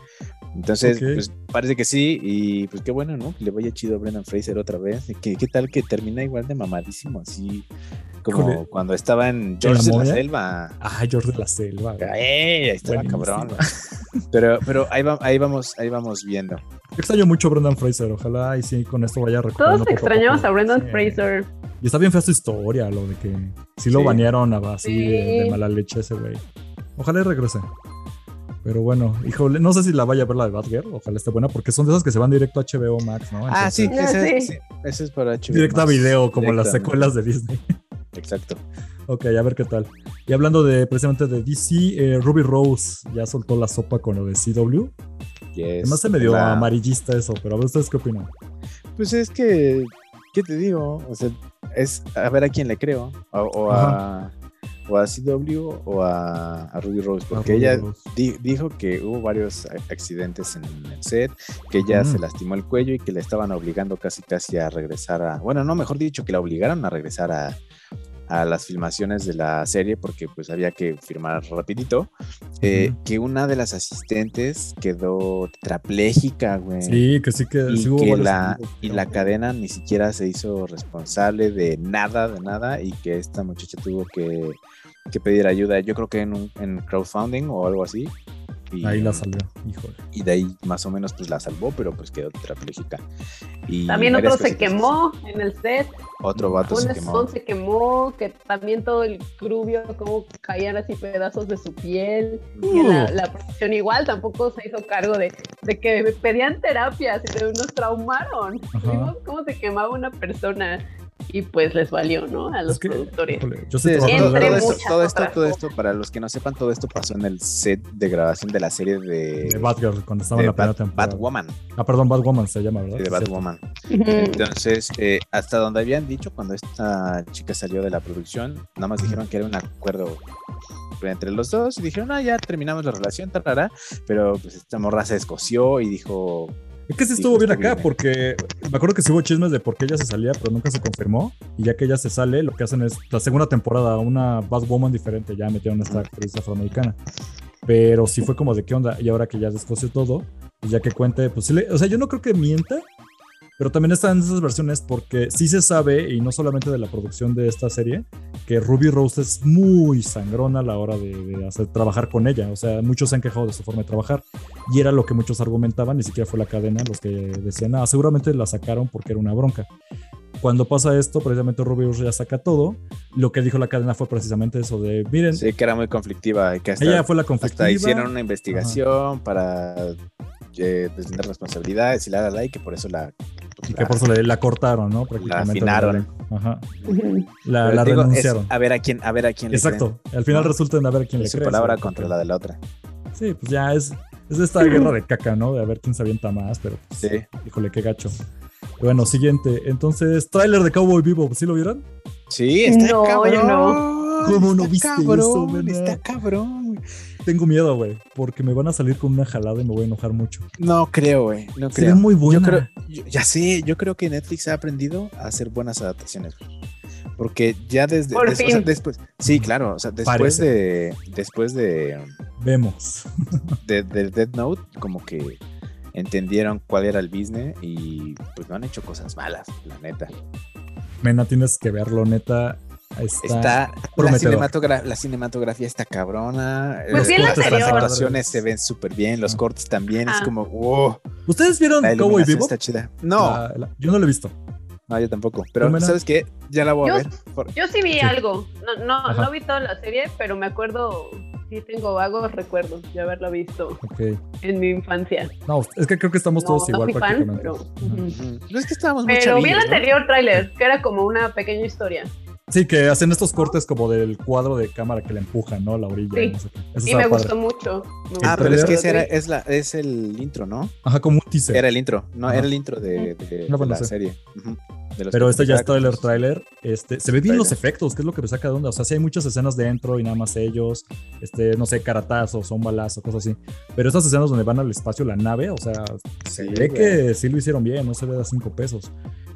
C: Entonces,
B: Ok.
C: pues parece que sí, y pues qué bueno, ¿no? Que le vaya chido a Brendan Fraser otra vez. Y que- ¿Qué tal que termina igual de mamadísimo, así como
B: Híjole.
C: cuando estaba en George de la
B: momia?
C: Selva?
B: Ah, George de la Selva. güey.
C: ¡Ey! Ahí estaba
B: Buenísimo.
C: cabrón. güey. Pero, pero ahí, va- ahí vamos, ahí vamos viendo.
B: Yo extraño mucho a Brendan Fraser. Ojalá y sí, con esto vaya recuperando.
D: Todos te
B: poco a
D: extrañamos
B: poco.
D: a Brendan
B: Sí.
D: Fraser.
B: Y está bien fea su historia, lo de que sí lo
C: Sí.
B: banearon a- así de, de
D: Sí.
B: mala leche ese güey. Ojalá y regrese. Pero bueno, híjole, no sé si la vaya a ver la de Batgirl, ojalá esté buena, porque son de esas que se van directo a HBO Max, ¿no?
C: ah, sí,
B: Entonces,
D: No,
C: ese,
D: sí.
C: sí, ese es para HBO
B: Directo a
C: Max.
B: video, como las
C: Directamente.
B: secuelas de Disney. *laughs*
C: Exacto.
B: ok, a ver qué tal. Y hablando de precisamente de DC, eh, Ruby Rose ya soltó la sopa con lo de CW.
C: Yes.
B: Además se me dio
C: La-
B: amarillista eso, pero a ver ustedes qué opinan.
C: Pues es que, ¿qué te digo? O sea, es a ver a quién le creo. O, o a, o a CW o a, a Ruby Rose.
B: A
C: Porque
B: Ah, Ruby
C: ella
B: Rose.
C: di- dijo que hubo varios a- accidentes en el set, que ella
B: Ujú.
C: se lastimó el cuello y que le estaban obligando casi casi a regresar a... Bueno, no, mejor dicho, que la obligaron a regresar a a las filmaciones de la serie porque pues había que firmar rapidito eh, que una de las asistentes quedó tetrapléjica güey
B: Sí, que sí que,
C: y
B: sí hubo
C: que
B: varios
C: la,
B: amigos,
C: y
B: creo.
C: la cadena ni siquiera se hizo responsable de nada, de nada, y que esta muchacha tuvo que, que pedir ayuda, yo creo que en, un- en crowdfunding o algo así. Y,
B: Ahí la salió, híjole.
C: y de ahí más o menos pues la salvó, pero pues quedó tetrapléjica. Y
D: También
C: varias
D: otro se
C: cositas.
D: quemó en el set.
C: Otro vato
D: Un
C: se quemó.
D: Stone se quemó, que también todo el crew vio cómo caían así pedazos de su piel. Y la,
B: Uh.
D: la producción igual tampoco se hizo cargo de, de que me pedían terapias y de- nos traumaron.
B: Ajá.
D: Vimos cómo se quemaba una persona y pues les valió, ¿no? A los
B: Es que,
D: productores.
B: híjole, yo
C: Sí,
B: sé
C: todo,
D: Entre
C: todo
D: muchas
C: esto, todo esto,
D: otras
C: todo esto, para los que no sepan, todo esto pasó en el set de grabación de la serie de,
B: de eh, Batgirl cuando estaba
C: de
B: en la primera
C: Bat-
B: temporada.
C: Batwoman.
B: Ah, perdón, Batwoman se llama, ¿verdad?
C: sí, de
B: Sí, cierto.
C: Batwoman.
B: Mm. Este,
D: Ujú.
C: Entonces, eh, hasta donde habían dicho cuando esta chica salió de la producción, nada más dijeron que era un acuerdo entre los dos y dijeron, ah, ya terminamos la relación, tarara, pero pues esta morra se escoció y dijo,
B: Es que sí
C: Sí,
B: estuvo bien
C: estuvo
B: acá
C: bien.
B: porque me acuerdo que sí hubo chismes de por qué ella se salía, pero nunca se confirmó. Y ya que ella se sale, lo que hacen es la segunda temporada, una Batwoman diferente. Ya metieron a esta actriz afroamericana. Pero sí fue como de qué onda. Y ahora que ya descoció todo, y ya que cuente, pues sí le- O sea, yo no creo que mienta, pero también están esas versiones porque sí se sabe, y no solamente de la producción de esta serie, que Ruby Rose es muy sangrona a la hora de, de hacer trabajar con ella. O sea, muchos se han quejado de su forma de trabajar y era lo que muchos argumentaban, ni siquiera fue la cadena los que decían, ah, seguramente la sacaron porque era una bronca. Cuando pasa esto, precisamente Ruby Rose ya saca todo. Lo que dijo la cadena fue precisamente eso de, miren,
C: sí, que era muy conflictiva y que hasta,
B: ella fue la conflictiva.
C: hasta hicieron una investigación para eh, deslindar responsabilidades y la, la, la, y que por eso la...
B: Y que por eso le- la cortaron, ¿no? Prácticamente.
C: afinaron.
B: Ajá.
D: Ujú.
B: La,
C: Pero
B: la
C: digo, es
B: renunciaron.
C: a ver a quién, a ver a quién le creen.
B: Exacto. Al final
C: Ajá.
B: resulta en a ver quién le
C: Su
B: cree,
C: palabra
B: ¿sabes?
C: contra la de la otra.
B: Sí, pues ya es, es esta guerra de caca, ¿no? De a ver quién se avienta más, pero pues,
C: Sí.
B: híjole, qué gacho. Y Bueno, siguiente. Entonces, tráiler de Cowboy Bebop, ¿sí lo vieron?
C: Sí, está
D: No, yo
C: cabrón.
D: no.
B: ¿Cómo no
C: está
B: viste eso,
C: cabrón,
B: verdad?
C: Está cabrón, güey.
B: Tengo miedo, güey, porque me van a salir con una jalada y me voy a enojar mucho.
C: No creo, güey. No
B: Se
C: creo.
B: ve muy buena.
C: Yo creo, yo- ya sé, yo creo que Netflix ha aprendido a hacer buenas adaptaciones. güey. Porque ya desde
D: Por
C: des- o sea,
D: fin.
C: después, sí, claro, o sea, después
B: Parece.
C: de después de,
B: Vemos.
C: de, de Death Note, como que entendieron cuál era el business y pues no han hecho cosas malas, la neta.
B: Mena, tienes que verlo, neta. Está.
C: Está la,
B: prometedor.
C: cinematogra- la cinematografía está cabrona,
D: Pues sí,
C: los
D: la
C: cortes, las
D: anterior.
C: actuaciones se ven súper bien, los
B: Ah.
C: cortes también, es
D: Ah.
C: como, wow,
B: ¿Ustedes vieron
C: la
B: Cowboy
C: iluminación
B: Bebop? Ah.
C: está chida. No,
B: La- la- yo no lo he visto.
C: no, yo tampoco, pero
B: Tómela.
C: ¿sabes qué? Ya la voy a
D: Yo-
C: ver. por-
D: Yo sí vi
B: Sí.
D: algo. No, no,
B: Ajá.
D: no vi toda la serie, pero me acuerdo, sí tengo vagos recuerdos de haberla visto
B: Ok.
D: en mi infancia.
B: No, es que creo que estamos todos
D: no, no
B: igual
D: fui fan,
B: prácticamente.
D: pero.
B: Ajá.
D: ujú.
C: Mm, No es que estábamos muy
D: Pero vi el
C: chavillos, ¿no?
D: anterior tráiler, que era como una pequeña historia.
B: Sí, que hacen estos cortes como del cuadro de cámara que le empujan, ¿no? A La orilla.
D: Sí.
B: no sé qué. Eso
D: Y
B: estaba padre.
D: me gustó mucho. me
B: El
C: Ah,
D: gustó
C: pero es
D: mucho.
C: que ese era, es, la, es el intro, ¿no?
B: Ajá, como un teaser.
C: Era el intro, no,
B: Ajá.
C: era el intro de, de- de
B: No, pues, no
C: la
B: sé.
C: serie. Ujú. De los
B: Pero este ya es
C: capítulos.
B: trailer, trailer. Este, se ven bien
C: Tráiler.
B: los efectos, que es lo que me saca de onda. O sea, sí hay muchas escenas de dentro y nada más ellos, este, no sé, caratazos, son balazos, cosas así. Pero estas escenas donde van al espacio la nave, o sea, se
C: Sí,
B: ve
C: güey.
B: que sí lo hicieron bien, no se ve a cinco pesos.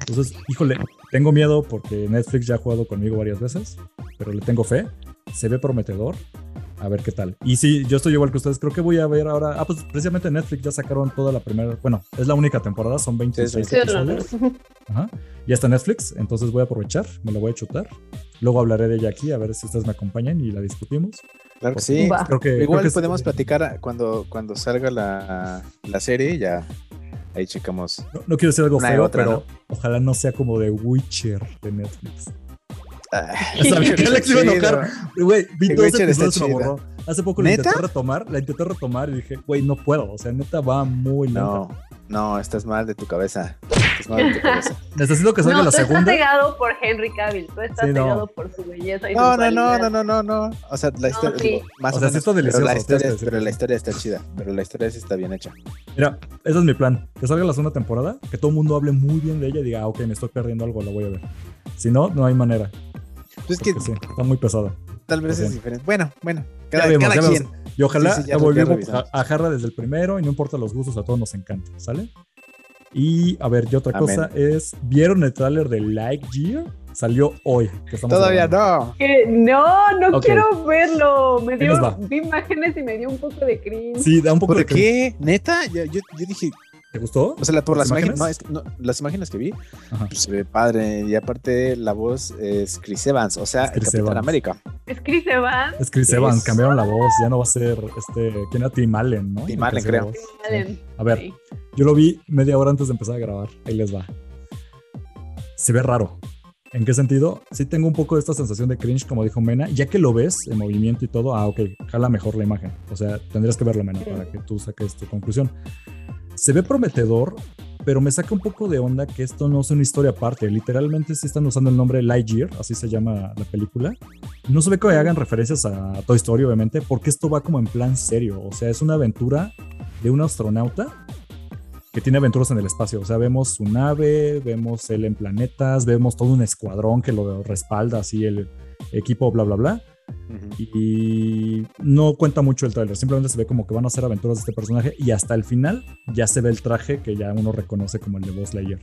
B: Entonces, híjole, tengo miedo porque Netflix ya ha jugado conmigo varias veces, pero le tengo fe. Se ve prometedor. A ver qué tal. Y sí, yo estoy igual que ustedes. Creo que voy a ver ahora. Ah, pues precisamente Netflix ya sacaron toda la primera. Bueno, es la única temporada, son 26
C: Sí,
D: Sí, no, no.
B: episodios. Ajá. Ya está en Netflix, entonces voy a aprovechar, me la voy a chutar. Luego hablaré de ella aquí, a ver si ustedes me acompañan y la discutimos.
C: Claro que sí.
D: Va.
B: Creo que, creo
C: Igual
B: que es- eh,
C: podemos platicar a- cuando, cuando salga la, la serie, ya ahí checamos.
B: No, no quiero decir algo
C: Una y
B: feo,
C: otra,
B: pero
C: ¿no?
B: ojalá no sea como de Witcher de Netflix.
C: Ah,
B: Sabía que Alex iba a enojar. Güey, vi
C: The
B: dos
C: Witcher está
B: episodios y la
C: chida.
B: borró. Hace poco la
C: ¿Neta?
B: intenté retomar, la intenté retomar y dije, güey, no puedo. O sea, neta va muy lenta.
C: No, no, estás mal de tu cabeza. Estás mal de tu cabeza.
B: Necesito que salga
D: No,
B: la
D: tú estás
B: segunda.
D: cegado por Henry Cavill, tú estás
B: Sí, no.
D: cegado por su belleza y
C: No, no,
D: su
C: no, no,
D: cualidad.
C: no, no, no. O sea, la historia,
D: sí.
C: digo, más
B: O
C: o,
B: sea, sí
C: menos,
B: está delicioso,
C: Pero la,
B: tienes que
C: historia,
B: decir que
C: pero la
B: sí.
C: historia está chida. Pero la historia sí está bien hecha.
B: Mira, ese es mi plan. Que salga la segunda temporada, que todo el mundo hable muy bien de ella y diga, ah, ok, me estoy perdiendo algo, la voy a ver. Si no, no hay manera.
C: Pues es que *laughs*
B: porque sí, está muy pesada.
C: tal vez
B: Lo
C: es
B: siento.
C: diferente. Bueno, bueno.
B: Ya
C: Cada,
B: vemos,
C: cada
B: ya
C: quien.
B: Y ojalá
C: Sí, sí, ya lo- ya
B: volvemos
C: revisamos.
B: a, a Jarra desde el primero y no importa los gustos, a todos nos encanta, ¿sale? Y a ver, y otra
C: Amén.
B: cosa es, ¿vieron el tráiler de Lightyear? Salió hoy. que estamos
C: Todavía
B: grabando.
C: no.
D: Que- No, no
B: Ok.
D: quiero verlo. Me
B: Ahí nos va.
D: dio, vi imágenes y me dio un poco de cringe.
B: Sí, da un poco de...
C: ¿Por qué? ¿Neta? Yo, yo, yo dije,
B: ¿Te gustó?
C: o sea, la- por
B: ¿Las
C: las, imágenes,
B: imágenes?
C: no, es que- no, las imágenes que vi,
B: Ajá.
C: pues, se ve padre. Y aparte, la voz es Chris Evans, o sea,
B: Es
C: el
B: Chris
C: Capitán
B: Evans.
C: América.
D: Es Chris Evans.
B: Es Chris
C: Sí,
B: Evans,
C: es-
B: cambiaron la voz, ya no va a ser este, ¿quién era Tim Allen, no?
C: Tim
B: El que
C: Allen,
B: hacía
C: creo.
B: la voz.
D: Tim Allen.
B: A ver,
D: Sí.
B: Yo lo vi media hora antes de empezar a grabar. Ahí les va. Se ve raro. ¿En qué sentido? Sí tengo un poco de esta sensación de cringe, como dijo Mena. Ya que lo ves en movimiento y todo, ah, ok, jala mejor la imagen. O sea, tendrías que verlo, Mena, para que tú saques tu conclusión. Se ve prometedor, pero me saca un poco de onda que esto no es una historia aparte. Literalmente sí están usando el nombre Lightyear, así se llama la película. No se ve que hagan referencias a Toy Story, obviamente, porque esto va como en plan serio. O sea, es una aventura de un astronauta que tiene aventuras en el espacio. O sea, vemos su nave, vemos él en planetas, vemos todo un escuadrón que lo respalda, así el equipo, bla, bla, bla.
C: Ujú.
B: Y no cuenta mucho el tráiler, simplemente se ve como que van a hacer aventuras de este personaje y hasta el final ya se ve el traje que ya uno reconoce como el de Buzz Lightyear.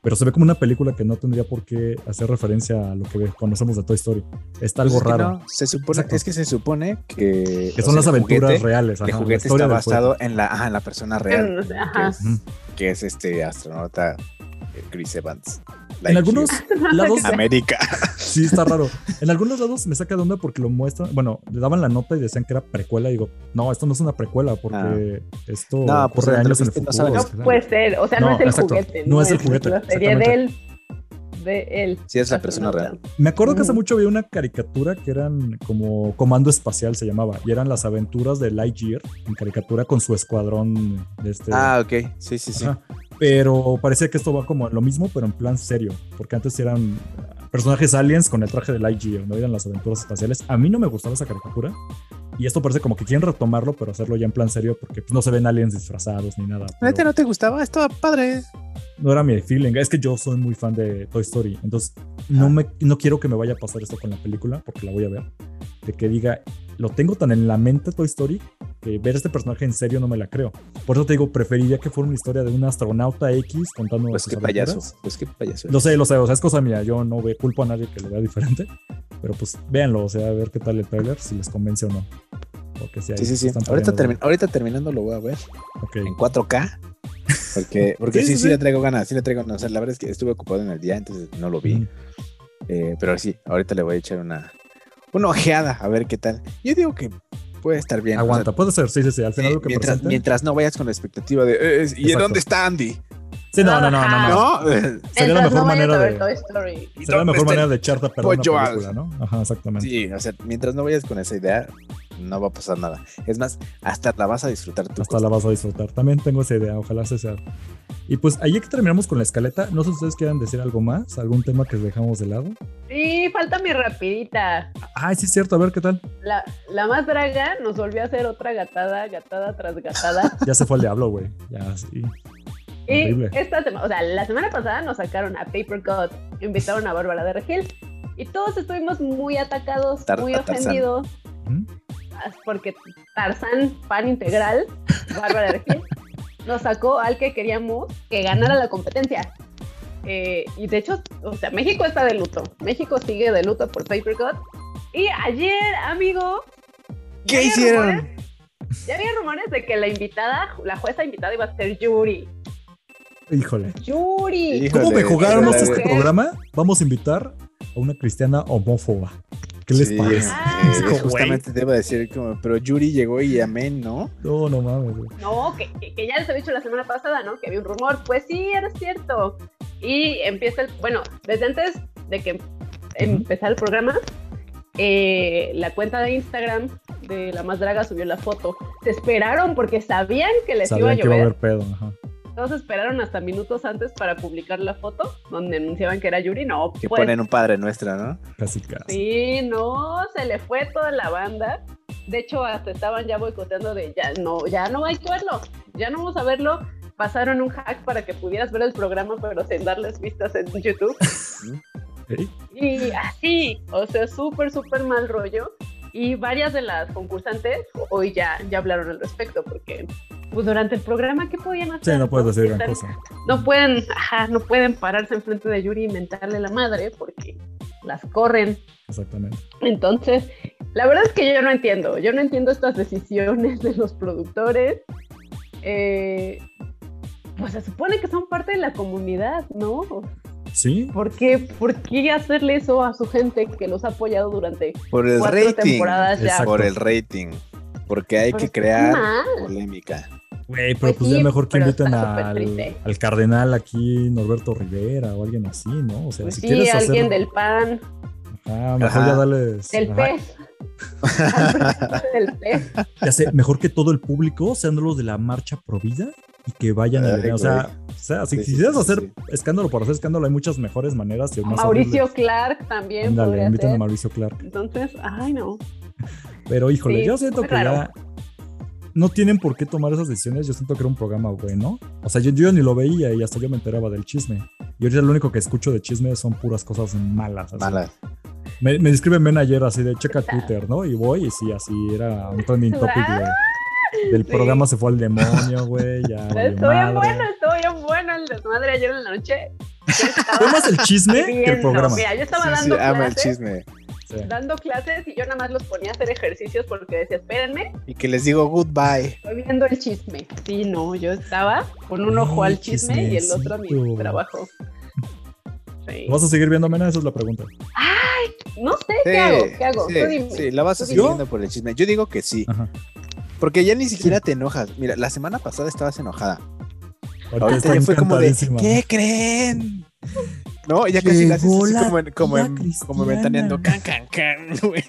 B: Pero se ve como una película que no tendría por qué hacer referencia a lo que conocemos de Toy Story. Está algo
C: Pues es que
B: raro.
C: no, se supone,
B: Exacto.
C: es que se supone que.
B: Que
C: o
B: son
C: sea,
B: las
C: el
B: aventuras
C: juguete-
B: reales.
C: El
B: ajá, la
C: juguete
B: historia
C: está
B: del
C: basado en la, ajá, en la persona real.
D: En- ajá.
C: que es-
B: juguete. Ujú.
C: que es este astronauta eh, Chris Evans.
B: En
C: Like
B: algunos
C: you. *laughs*
B: lados *laughs*
C: América.
B: Sí, está raro. En algunos lados me saca de onda porque lo muestran. Bueno, le daban la nota y decían que era precuela. Digo, no, esto no es una precuela porque esto
C: No,
B: ocurre
C: pues, en
B: años en el
C: entrevistas no
B: futuro.
D: No pues,
C: sabes.
D: puede ser, o sea, no,
B: No,
D: es el
B: exacto,
D: juguete.
B: no es el juguete,
D: La serie de él.
B: exactamente.
D: De él.
C: Sí, es la persona real.
B: Me acuerdo que hace
D: Mm.
B: mucho había una caricatura que eran como Comando Espacial se llamaba y eran las aventuras de Lightyear en caricatura con su escuadrón de este.
C: Ah, ok. Sí, sí, sí.
B: Ajá. Pero parecía que esto va como lo mismo, pero en plan serio. Porque antes eran personajes aliens con el traje de Lightyear, no eran las aventuras espaciales. A mí no me gustaba esa caricatura. Y esto parece como que quieren retomarlo, pero hacerlo ya en plan serio, porque pues, no se ven aliens disfrazados ni nada. pero
C: ¿Neta no te gustaba? Estaba padre.
B: no era mi feeling. Es que yo soy muy fan de Toy Story. Entonces, no,
C: Ah.
B: me, no quiero que me vaya a pasar esto con la película, porque la voy a ver. De que diga, lo tengo tan en la mente Toy Story que ver este personaje en serio no me la creo. Por eso te digo, preferiría que fuera una historia de un astronauta X contando.
C: Pues
B: sus
C: qué
B: aventuras.
C: payaso. Pues qué payaso.
B: Lo sé, lo sé. O sea, es cosa mía. Yo no ve- culpo a nadie que lo vea diferente. Pero pues véanlo, o sea, a ver qué tal el trailer, si les convence o no. Porque si
C: Sí, sí, sí. Ahorita, termi- ahorita terminando lo voy a ver en 4K.
B: *laughs*
C: Porque, porque
B: Sí,
C: sí,
B: sí,
C: sí,
B: sí.
C: le traigo ganas. Sí, le traigo ganas. O sea, la verdad es que estuve ocupado en el día, entonces no lo vi. Eh, pero sí, ahorita le voy a echar una, una ojeada a ver qué tal. Yo digo que puede estar bien. o sea,
B: Aguanta, puede ser, sí, sí, sí. Al final
C: sí,
B: lo que
C: mientras,
B: presenten-
C: mientras no vayas con la expectativa de, eh, es- ¿y en
B: Exacto.
C: dónde está Andy?
B: Sí, no, no, no, no, no.
D: Ah.
C: ¿No?
D: *laughs*
C: *laughs*
B: Sería la
D: Mientras
B: mejor
D: no vayas
B: manera
D: a ver
B: de-
D: Toy Story.
C: ¿Y
B: Será la
C: dónde
B: mejor
C: está el-
B: manera de echar a
D: *laughs*
B: perder
C: pollo
B: una
C: al-
B: película, ¿no? Ajá, exactamente.
C: Sí, o sea, mientras no vayas con esa idea, no va a pasar nada. Es más, hasta la vas a disfrutar tú.
B: Hasta la vas a disfrutar. También tengo esa idea, ojalá se sea. Y pues ahí que terminamos con la escaleta, no sé si ustedes quieran decir algo más, algún tema que dejamos de lado.
D: Sí, falta mi rapidita.
B: Ah, sí, es cierto, a ver qué tal.
D: La, la más draga nos volvió a hacer otra gatada, gatada tras gatada.
B: Ya se fue al diablo, güey. Ya, sí.
D: Y
B: Horrible.
D: esta semana, o sea, la semana pasada nos sacaron a Paper Cut, invitaron a Bárbara de Regil y todos estuvimos muy atacados,
C: Tar-
D: muy
C: a Tarzán.
D: ofendidos,
B: ¿Mm?
D: as- porque Tarzán, pan integral, Bárbara de Regil, nos sacó al que queríamos que ganara la competencia. Eh, y de hecho, o sea, México está de luto. México sigue de luto por Paper Cut. Y ayer, amigo,
C: ¿Qué
D: había
C: hicieron?
D: rumores- Ya había rumores de que la invitada, la jueza invitada iba a ser Yuri.
B: Híjole.
D: ¡Yuri!
C: Híjole,
B: ¿Cómo me jugáramos
D: híjole.
B: este programa? Vamos a invitar a una cristiana homófoba. ¿Qué les
C: Sí,
B: parece?
D: Ah.
C: sí,
B: Hijo, güey.
C: justamente te iba a decir como, pero Yuri llegó y amén, ¿no?
B: No, no mames. güey.
D: No, que, que- que ya les había dicho la semana pasada, ¿no? Que había un rumor. Pues sí, era cierto. Y empieza el. Bueno, desde antes de que em- empezara el programa, eh, la cuenta de Instagram de La Más Draga subió la foto. Se esperaron porque sabían que les
B: Sabían
D: iba a
B: que iba a
D: llover.
B: haber pedo. Ajá.
D: Entonces esperaron hasta minutos antes para publicar la foto donde anunciaban que era Yuri. No,
C: Que
D: pues
C: ponen un padre nuestro, ¿no?
B: Casi, casi.
D: Sí, no, se le fue toda la banda. De hecho, hasta estaban ya boicoteando de ya no, ya no hay que verlo, ya no vamos a verlo. Pasaron un hack para que pudieras ver el programa, pero sin darles vistas en YouTube.
B: Ok.
D: Y así, o sea, súper, súper mal rollo. Y varias de las concursantes hoy ya, ya hablaron al respecto, porque pues, durante el programa, ¿qué podían hacer?
B: Sí, no puedes decir gran
D: Están-
B: cosa.
D: no pueden, ajá, no pueden pararse enfrente de Yuri y mentarle la madre, porque las corren.
B: Exactamente.
D: Entonces, la verdad es que yo no entiendo, yo no entiendo estas decisiones de los productores. Eh, pues se supone que son parte de la comunidad, ¿no?
B: Sí,
D: ¿Por qué, por qué hacerle eso a su gente que los ha apoyado durante
C: Por el
D: cuatro
C: rating.
D: temporadas ya?
B: Pues Exacto.
D: Ah,
C: Por el rating. Porque hay
D: Pero
C: que
D: está
C: crear
D: mal.
C: polémica.
B: güey, pero pues,
D: Pues sí,
B: ya mejor que
D: pero
B: inviten
D: está súper
B: al,
D: triste.
B: al cardenal aquí, Norberto Rivera o alguien así, ¿no? O sea,
D: Pues
B: si
D: sí,
B: quieres hacer. Ah.
D: alguien del pan,
B: Ajá, mejor
C: Ajá.
B: ya dales.
D: del
B: ajá,
D: pez. del E
B: *laughs*
D: pez.
B: Ya sé, mejor que todo el público sean los de la marcha provida y que vayan a
C: Ay,
B: ver. O
C: güey.
B: sea, o sea, si
C: Ah, Sí, sí,
B: quisieras
C: sí, sí,
B: hacer
C: sí.
B: escándalo por hacer escándalo, hay muchas mejores maneras. y más
D: Mauricio
B: horribles.
D: Clark también
B: Ándale,
D: podría
B: inviten a
D: ser.
B: Mauricio Clark.
D: Entonces, ay no.
B: Pero híjole,
D: Sí,
B: yo siento
D: muy
B: que ya
D: raro.
B: no tienen por qué tomar esas decisiones. Yo siento que era un programa bueno. O sea, yo, yo ni lo veía y hasta yo me enteraba del chisme. Y ahorita lo único que escucho de chisme son puras cosas malas. así.
C: Mala.
B: Me, me escribe Men ayer así de checa Twitter, ¿no? Y voy y sí, así era un
D: *laughs*
B: trending topic de- del
D: Sí.
B: programa se fue al demonio, güey. Ya, valió
D: Estoy
B: madre.
D: bien bueno, estoy bien bueno el desmadre ayer en la noche. Yo estaba
B: Fue más el chisme que ¿Eh? el
D: viendo,
B: programa.
D: Mira, yo estaba
C: Sí, sí,
D: dando
C: ama el
D: clases,
C: chisme.
B: Sí.
D: dando clases y yo nada más los ponía a hacer ejercicios porque decía, espérenme,
C: Y que les digo goodbye.
D: estoy viendo el chisme. Sí, no, yo estaba con un
B: Ay,
D: ojo al chisme y el otro a mi
B: chismecito.
D: trabajo.
B: *laughs*
D: Sí.
B: ¿Vas a seguir viendo Mena? Esa es la pregunta.
D: No sé
C: Sí,
D: qué hago, qué hago.
C: sí,
D: Tú dime.
C: sí, la vas a
D: Tú
C: seguir
B: dime.
C: viendo por el chisme. Yo digo que sí.
B: Ajá.
C: Porque ya ni siquiera te enojas. Mira, la semana pasada estabas enojada.
B: Ahorita
C: Ahorita
B: está
C: ya fue como de,
B: encantadísima.
C: ¿qué creen? No, ya casi
B: Llegó
C: la haces así
B: la
C: como, en, como,
B: tía
C: en, como
B: Cristiana. *laughs*
C: ventaneando. Can, can, can,
D: *laughs*
C: güey.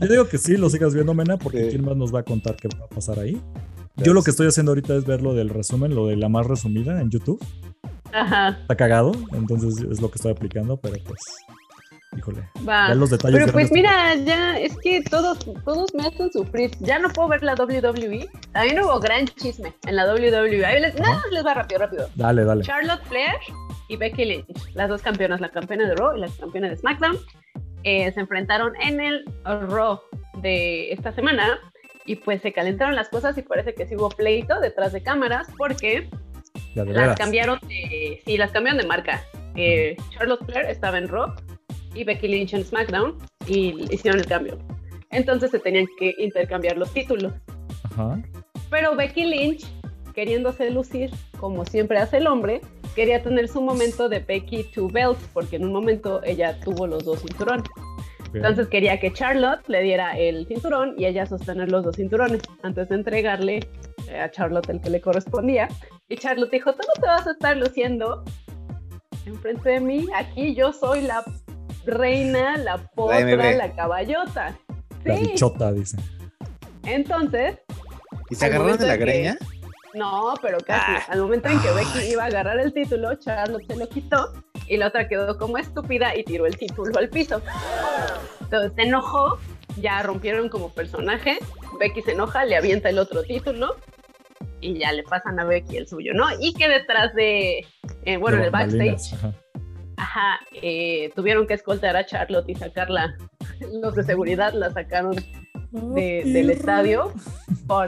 B: Yo digo que sí, lo sigas viendo, Mena, porque
C: Sí.
B: quién más nos va a contar qué va a pasar ahí. Yo lo que estoy haciendo ahorita es ver lo del resumen, lo de la más resumida en YouTube.
D: Ajá,
B: Está cagado, entonces es lo que estoy aplicando, pero pues, híjole,
D: va.
B: ya los detalles.
D: Pero pues
B: grandes-
D: mira, ya es que todos, todos me hacen sufrir. Ya no puedo ver la WWE. También hubo gran chisme en la WWE. Ahí les- Nada más les va rápido, rápido.
B: Dale, dale.
D: Charlotte Flair y Becky Lynch, las dos campeonas, la campeona de Raw y la campeona de SmackDown, eh, se enfrentaron en el Raw de esta semana y pues se calentaron las cosas y parece que sí hubo pleito detrás de cámaras porque
B: Ya, de
D: las
B: veras.
D: cambiaron de, sí, las cambiaron de marca. Eh, Charlotte Flair estaba en Raw y Becky Lynch en SmackDown y hicieron el cambio. Entonces se tenían que intercambiar los títulos.
B: Ajá.
D: Pero Becky Lynch, queriéndose lucir, como siempre hace el hombre, quería tener su momento de Becky Two Belts, porque en un momento ella tuvo los dos cinturones.
B: ok.
D: Entonces quería que Charlotte le diera el cinturón y ella sostener los dos cinturones antes de entregarle eh, a Charlotte el que le correspondía. Y Charlotte dijo, tú no te vas a estar luciendo enfrente de mí, aquí yo soy la reina, la potra,
C: MB.
D: la caballota.
B: La
D: Sí,
B: bichota, dice.
D: entonces
C: ¿Y se
D: al
C: agarraron de la
D: momento en que-
C: greña?
D: no, pero casi. Al momento en que Becky iba a agarrar el título, Charlotte se lo quitó y la otra quedó como estúpida y tiró el título al piso. Entonces se enojó, ya rompieron como personaje. Becky se enoja, le avienta el otro título y ya le pasan a Becky el suyo, ¿no? Y que detrás de, eh, bueno, en
B: De
D: el backstage,
B: bambalinas, ajá.
D: ajá, eh, tuvieron que escoltar a Charlotte y sacarla. *laughs* Los de seguridad la sacaron de- del estadio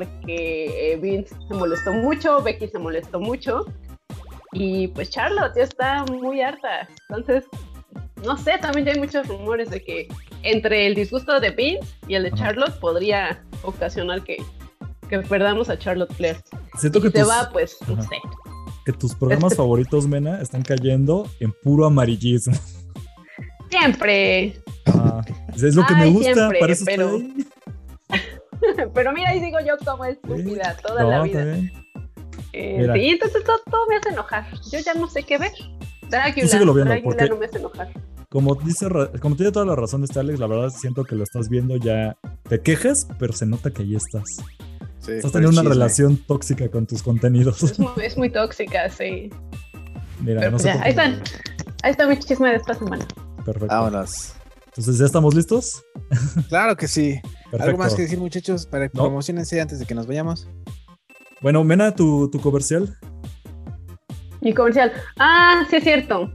D: porque eh, Vince se molestó mucho, Becky se molestó mucho y pues Charlotte ya está muy harta. Entonces, no sé, también ya hay muchos rumores de que entre el disgusto de Vince y el de
B: Ajá.
D: Charlotte podría ocasionar que, que perdamos a Charlotte Flair.
B: Siento que
D: Si se
B: tus,
D: va, pues, no
B: Ajá.
D: sé.
B: que tus
D: *laughs*
B: programas favoritos, Mena, están cayendo en puro amarillismo.
D: Siempre. *laughs*
B: Ah, *laughs* es lo que me
D: Ay,
B: gusta,
D: siempre,
B: para eso
D: pero-
B: estoy ahí.
D: Pero mira, ahí digo yo como estúpida toda
B: No,
D: la
B: está
D: vida.
B: bien.
D: Eh,
B: Mira.
D: sí, entonces todo, todo me hace enojar. Yo ya no sé qué ver. Drácula,
B: síguelo viendo,
D: Drácula
B: porque-
D: no me hace enojar.
B: Como, dice, Ra- como tiene toda la razón este Alex, la verdad siento que lo estás viendo ya. Te quejas, pero se nota que ahí estás.
C: Sí,
B: Estás
C: por el
B: teniendo una
C: chisme.
B: relación tóxica con tus *laughs* contenidos.
D: *laughs* Es muy, es muy tóxica, sí.
B: Mira,
D: Pero
B: no
D: pues
B: sé.
D: ya,
B: por
D: ahí
B: qué.
D: están. Ahí está mi chisme de esta semana.
C: Ah.
B: Perfecto.
C: Vámonos.
B: Entonces, ¿ya estamos listos?
C: Claro que sí.
B: Perfecto.
C: ¿Algo más que decir, muchachos? Para que
B: No.
C: promocionense antes de que nos vayamos.
B: Bueno, Mena, tu, tu comercial.
D: Mi comercial. Ah, sí es cierto.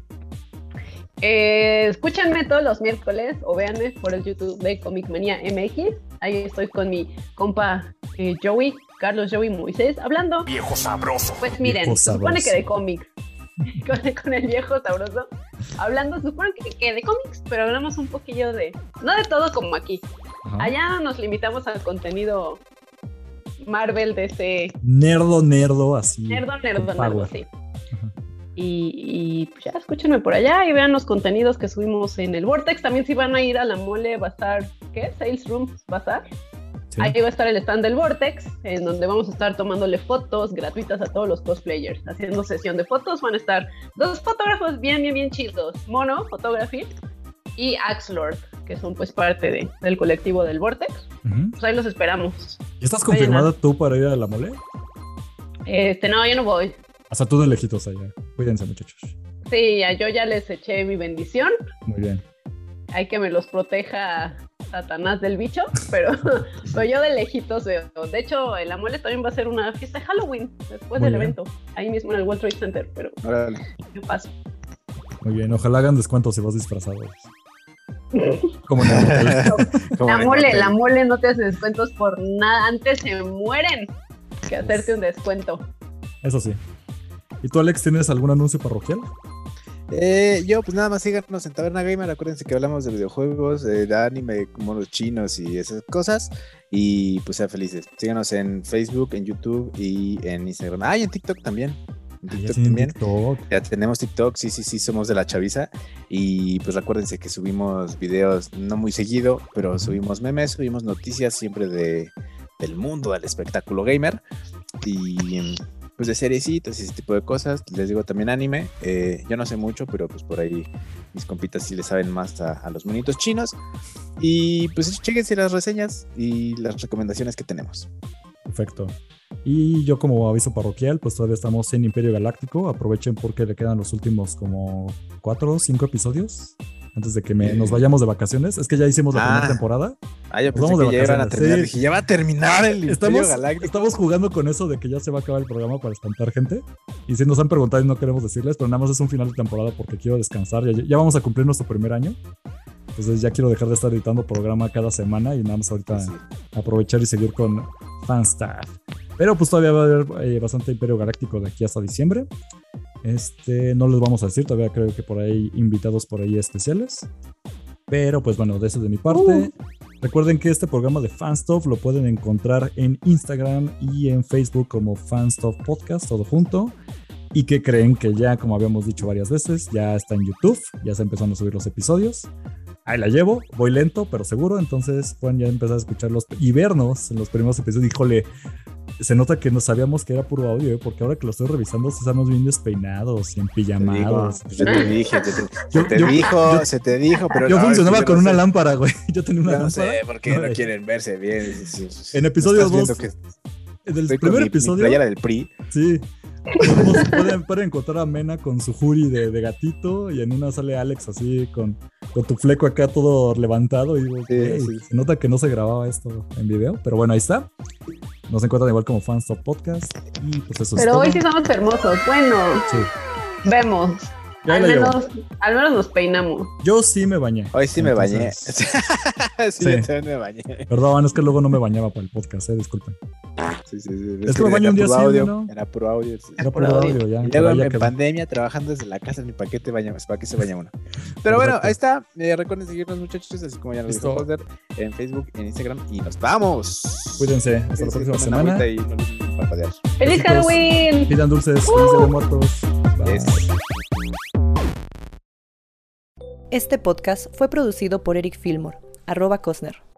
D: Eh, escúchenme todos los miércoles o véanme por el YouTube de Comic Manía MX. Ahí estoy con mi compa eh, Joey, Carlos Joey Moisés, hablando.
E: Viejo sabroso.
D: Pues miren,
B: Viejo
D: se supone
B: sabroso.
D: que de cómics. *laughs* Con, con el viejo sabroso. Hablando, se supone que, que de cómics, pero hablamos un poquillo de. No de todo como aquí.
B: Ajá.
D: Allá nos limitamos al contenido Marvel de ese
B: Nerdo, nerdo, así.
D: Nerdo, nerdo,
B: con
D: nerdo,
B: power.
D: sí.
B: Ajá.
D: Y, y, pues, ya escúchenme por allá y vean los contenidos que subimos en el Vortex. También si van a ir a la mole Bazar, ¿qué? Sales Room pues, Bazar.
B: Sí.
D: Ahí va a estar el stand del Vortex, en donde vamos a estar tomándole fotos gratuitas a todos los cosplayers, haciendo sesión de fotos. Van a estar dos fotógrafos bien, bien, bien chidos. Mono, Photography, y Axlord, que son pues parte de- del colectivo del Vortex.
B: Ujú.
D: Pues ahí los esperamos.
B: ¿Y ¿Estás confirmada
D: Oye,
B: tú para ir a la mole?
D: Este, no, yo no voy.
B: Hasta tú de lejitos allá. Cuídense, muchachos.
D: Sí, yo ya les eché mi bendición.
B: Muy bien.
D: hay que me los proteja Satanás del bicho, *laughs* pero, pero yo de lejitos veo. De hecho, el Amole también va a ser una fiesta de Halloween
B: Muy
D: después del
B: bien.
D: evento, ahí mismo en el World Trade Center, pero
C: Órale.
D: yo paso.
B: Muy bien. Ojalá hagan descuento si vas disfrazado.
D: *laughs*
B: Como en el hotel.
C: Como
D: La
C: en el
D: mole,
C: hotel.
D: la mole no te hace descuentos por nada, antes se mueren que hacerte un descuento.
B: Eso sí. ¿Y tú, Alex, tienes algún anuncio parroquial?
C: Eh, yo, pues nada más síganos en Taberna Gamer. Acuérdense que hablamos de videojuegos, eh, de anime, como los chinos y esas cosas. Y pues sean felices. Síganos en Facebook, en YouTube y en Instagram. Ah, y en TikTok también.
B: Ah,
C: En
B: ya
C: TikTok
B: tienen
C: también.
B: TikTok.
C: Ya tenemos TikTok, sí, sí, sí, somos de la chaviza. Y pues recuérdense que subimos videos no muy seguido, pero subimos memes, subimos noticias siempre de, del mundo, del espectáculo gamer. Y pues de seriecitas y ese tipo de cosas. Les digo también anime. eh, yo no sé mucho, pero pues por ahí mis compitas sí le saben más a, a los monitos chinos. Y pues chéquense las reseñas y las recomendaciones que tenemos.
B: Perfecto. Y yo como aviso parroquial, pues todavía estamos en Imperio Galáctico. Aprovechen porque le quedan los últimos como cuatro o cinco episodios antes de que me-
C: Eh.
B: nos vayamos de vacaciones. Es que ya hicimos la
C: Ah.
B: primera temporada.
C: Ah, yo
B: Nos
C: pensé
B: vamos de
C: que ya iban a
B: vacaciones,
C: terminar.
B: sí.
C: Dije, ya va a terminar el Imperio
B: Estamos,
C: Galáctico.
B: estamos jugando con eso de que ya se va a acabar el programa para espantar gente. Y si nos han preguntado y no queremos decirles, pero nada más es un final de temporada porque quiero descansar. Ya, ya vamos a cumplir nuestro primer año. Entonces ya quiero dejar de estar editando programa cada semana y nada más ahorita
C: Pues Sí.
B: aprovechar y seguir con Fanstaff. Pero pues todavía va a haber eh, bastante Imperio Galáctico de aquí hasta diciembre. Este, no les vamos a decir, todavía creo que por ahí invitados por ahí especiales. Pero pues bueno, de eso de mi parte. Recuerden que este programa de Fanstuff lo pueden encontrar en Instagram y en Facebook como Fanstuff Podcast, todo junto. Y que creen que ya, como habíamos dicho varias veces, ya está en YouTube, ya se empezaron a subir los episodios. Ahí la llevo, voy lento, pero seguro. Entonces pueden ya empezar a escucharlos y vernos en los primeros episodios. Híjole, se nota que no sabíamos que era puro audio, ¿eh? porque ahora que lo estoy revisando, sí estamos bien despeinados y en
C: Te digo,
B: pijamados.
C: pues yo te
B: *laughs*
C: dije, te- te-
B: Yo-
C: se te
B: yo-
C: dijo,
B: yo-
C: se te dijo, pero
B: Yo
C: no,
B: funcionaba
C: yo
B: con
C: no
B: una
C: sé,
B: lámpara, güey. *laughs* Yo tenía una
C: yo No
B: lámpara.
C: sé por qué
B: No,
C: no,
B: eh.
C: quieren verse bien. sí, sí, sí.
B: En episodio
C: Estás viendo
B: dos,
C: que
B: En el
C: estoy con
B: primer
C: mi- mi
B: episodio.
C: playera del PRI.
B: Sí. Podemos- pueden, pueden encontrar a Mena con su jury de, de gatito y en una sale Alex así con, con tu fleco acá todo levantado y digo,
C: Sí,
B: "Güey,
C: sí.
B: se nota que no se grababa esto en video, pero bueno, ahí está. Nos encuentran igual como Fans of Podcast y pues eso
D: Pero hoy
B: es
D: sí
B: todo.
D: somos hermosos. Bueno,
B: Sí,
D: vemos.
B: ya
D: Al
B: la llevo.
D: menos, al menos nos peinamos.
B: Yo sí me bañé.
C: Hoy sí me bañé.
B: Entonces,
C: *laughs* sí, yo también me bañé.
B: Perdón, es que luego no me bañaba para el podcast, eh, disculpen.
C: Sí, sí, sí.
B: Es que me baño
C: era
B: un día
C: puro
B: sí,
C: audio,
B: ¿no?
C: Era puro audio. sí.
B: Era puro
D: Audio.
B: audio, ya.
C: Y
B: pero
C: luego
B: ya
C: en
B: quedó.
C: pandemia trabajando desde la casa, ni para qué te bañas, para qué se baña uno. Pero bueno,
B: Exacto.
C: ahí está. Eh, recuerden seguirnos muchachos, así como ya nos
B: Listo.
C: dijo Poster, en Facebook, en Instagram y nos vamos.
B: Cuídense, hasta la
C: Sí, sí,
B: próxima semana.
C: tomen agüita Y no les den parpadear.
D: ¡Feliz
B: Besitos.
D: Halloween!
B: Pidan dulces,
D: ¡Uh!
B: feliz Día de muertos. Bye.
C: Es-
A: Este podcast fue producido por Eric Fillmore, arroba Cosner,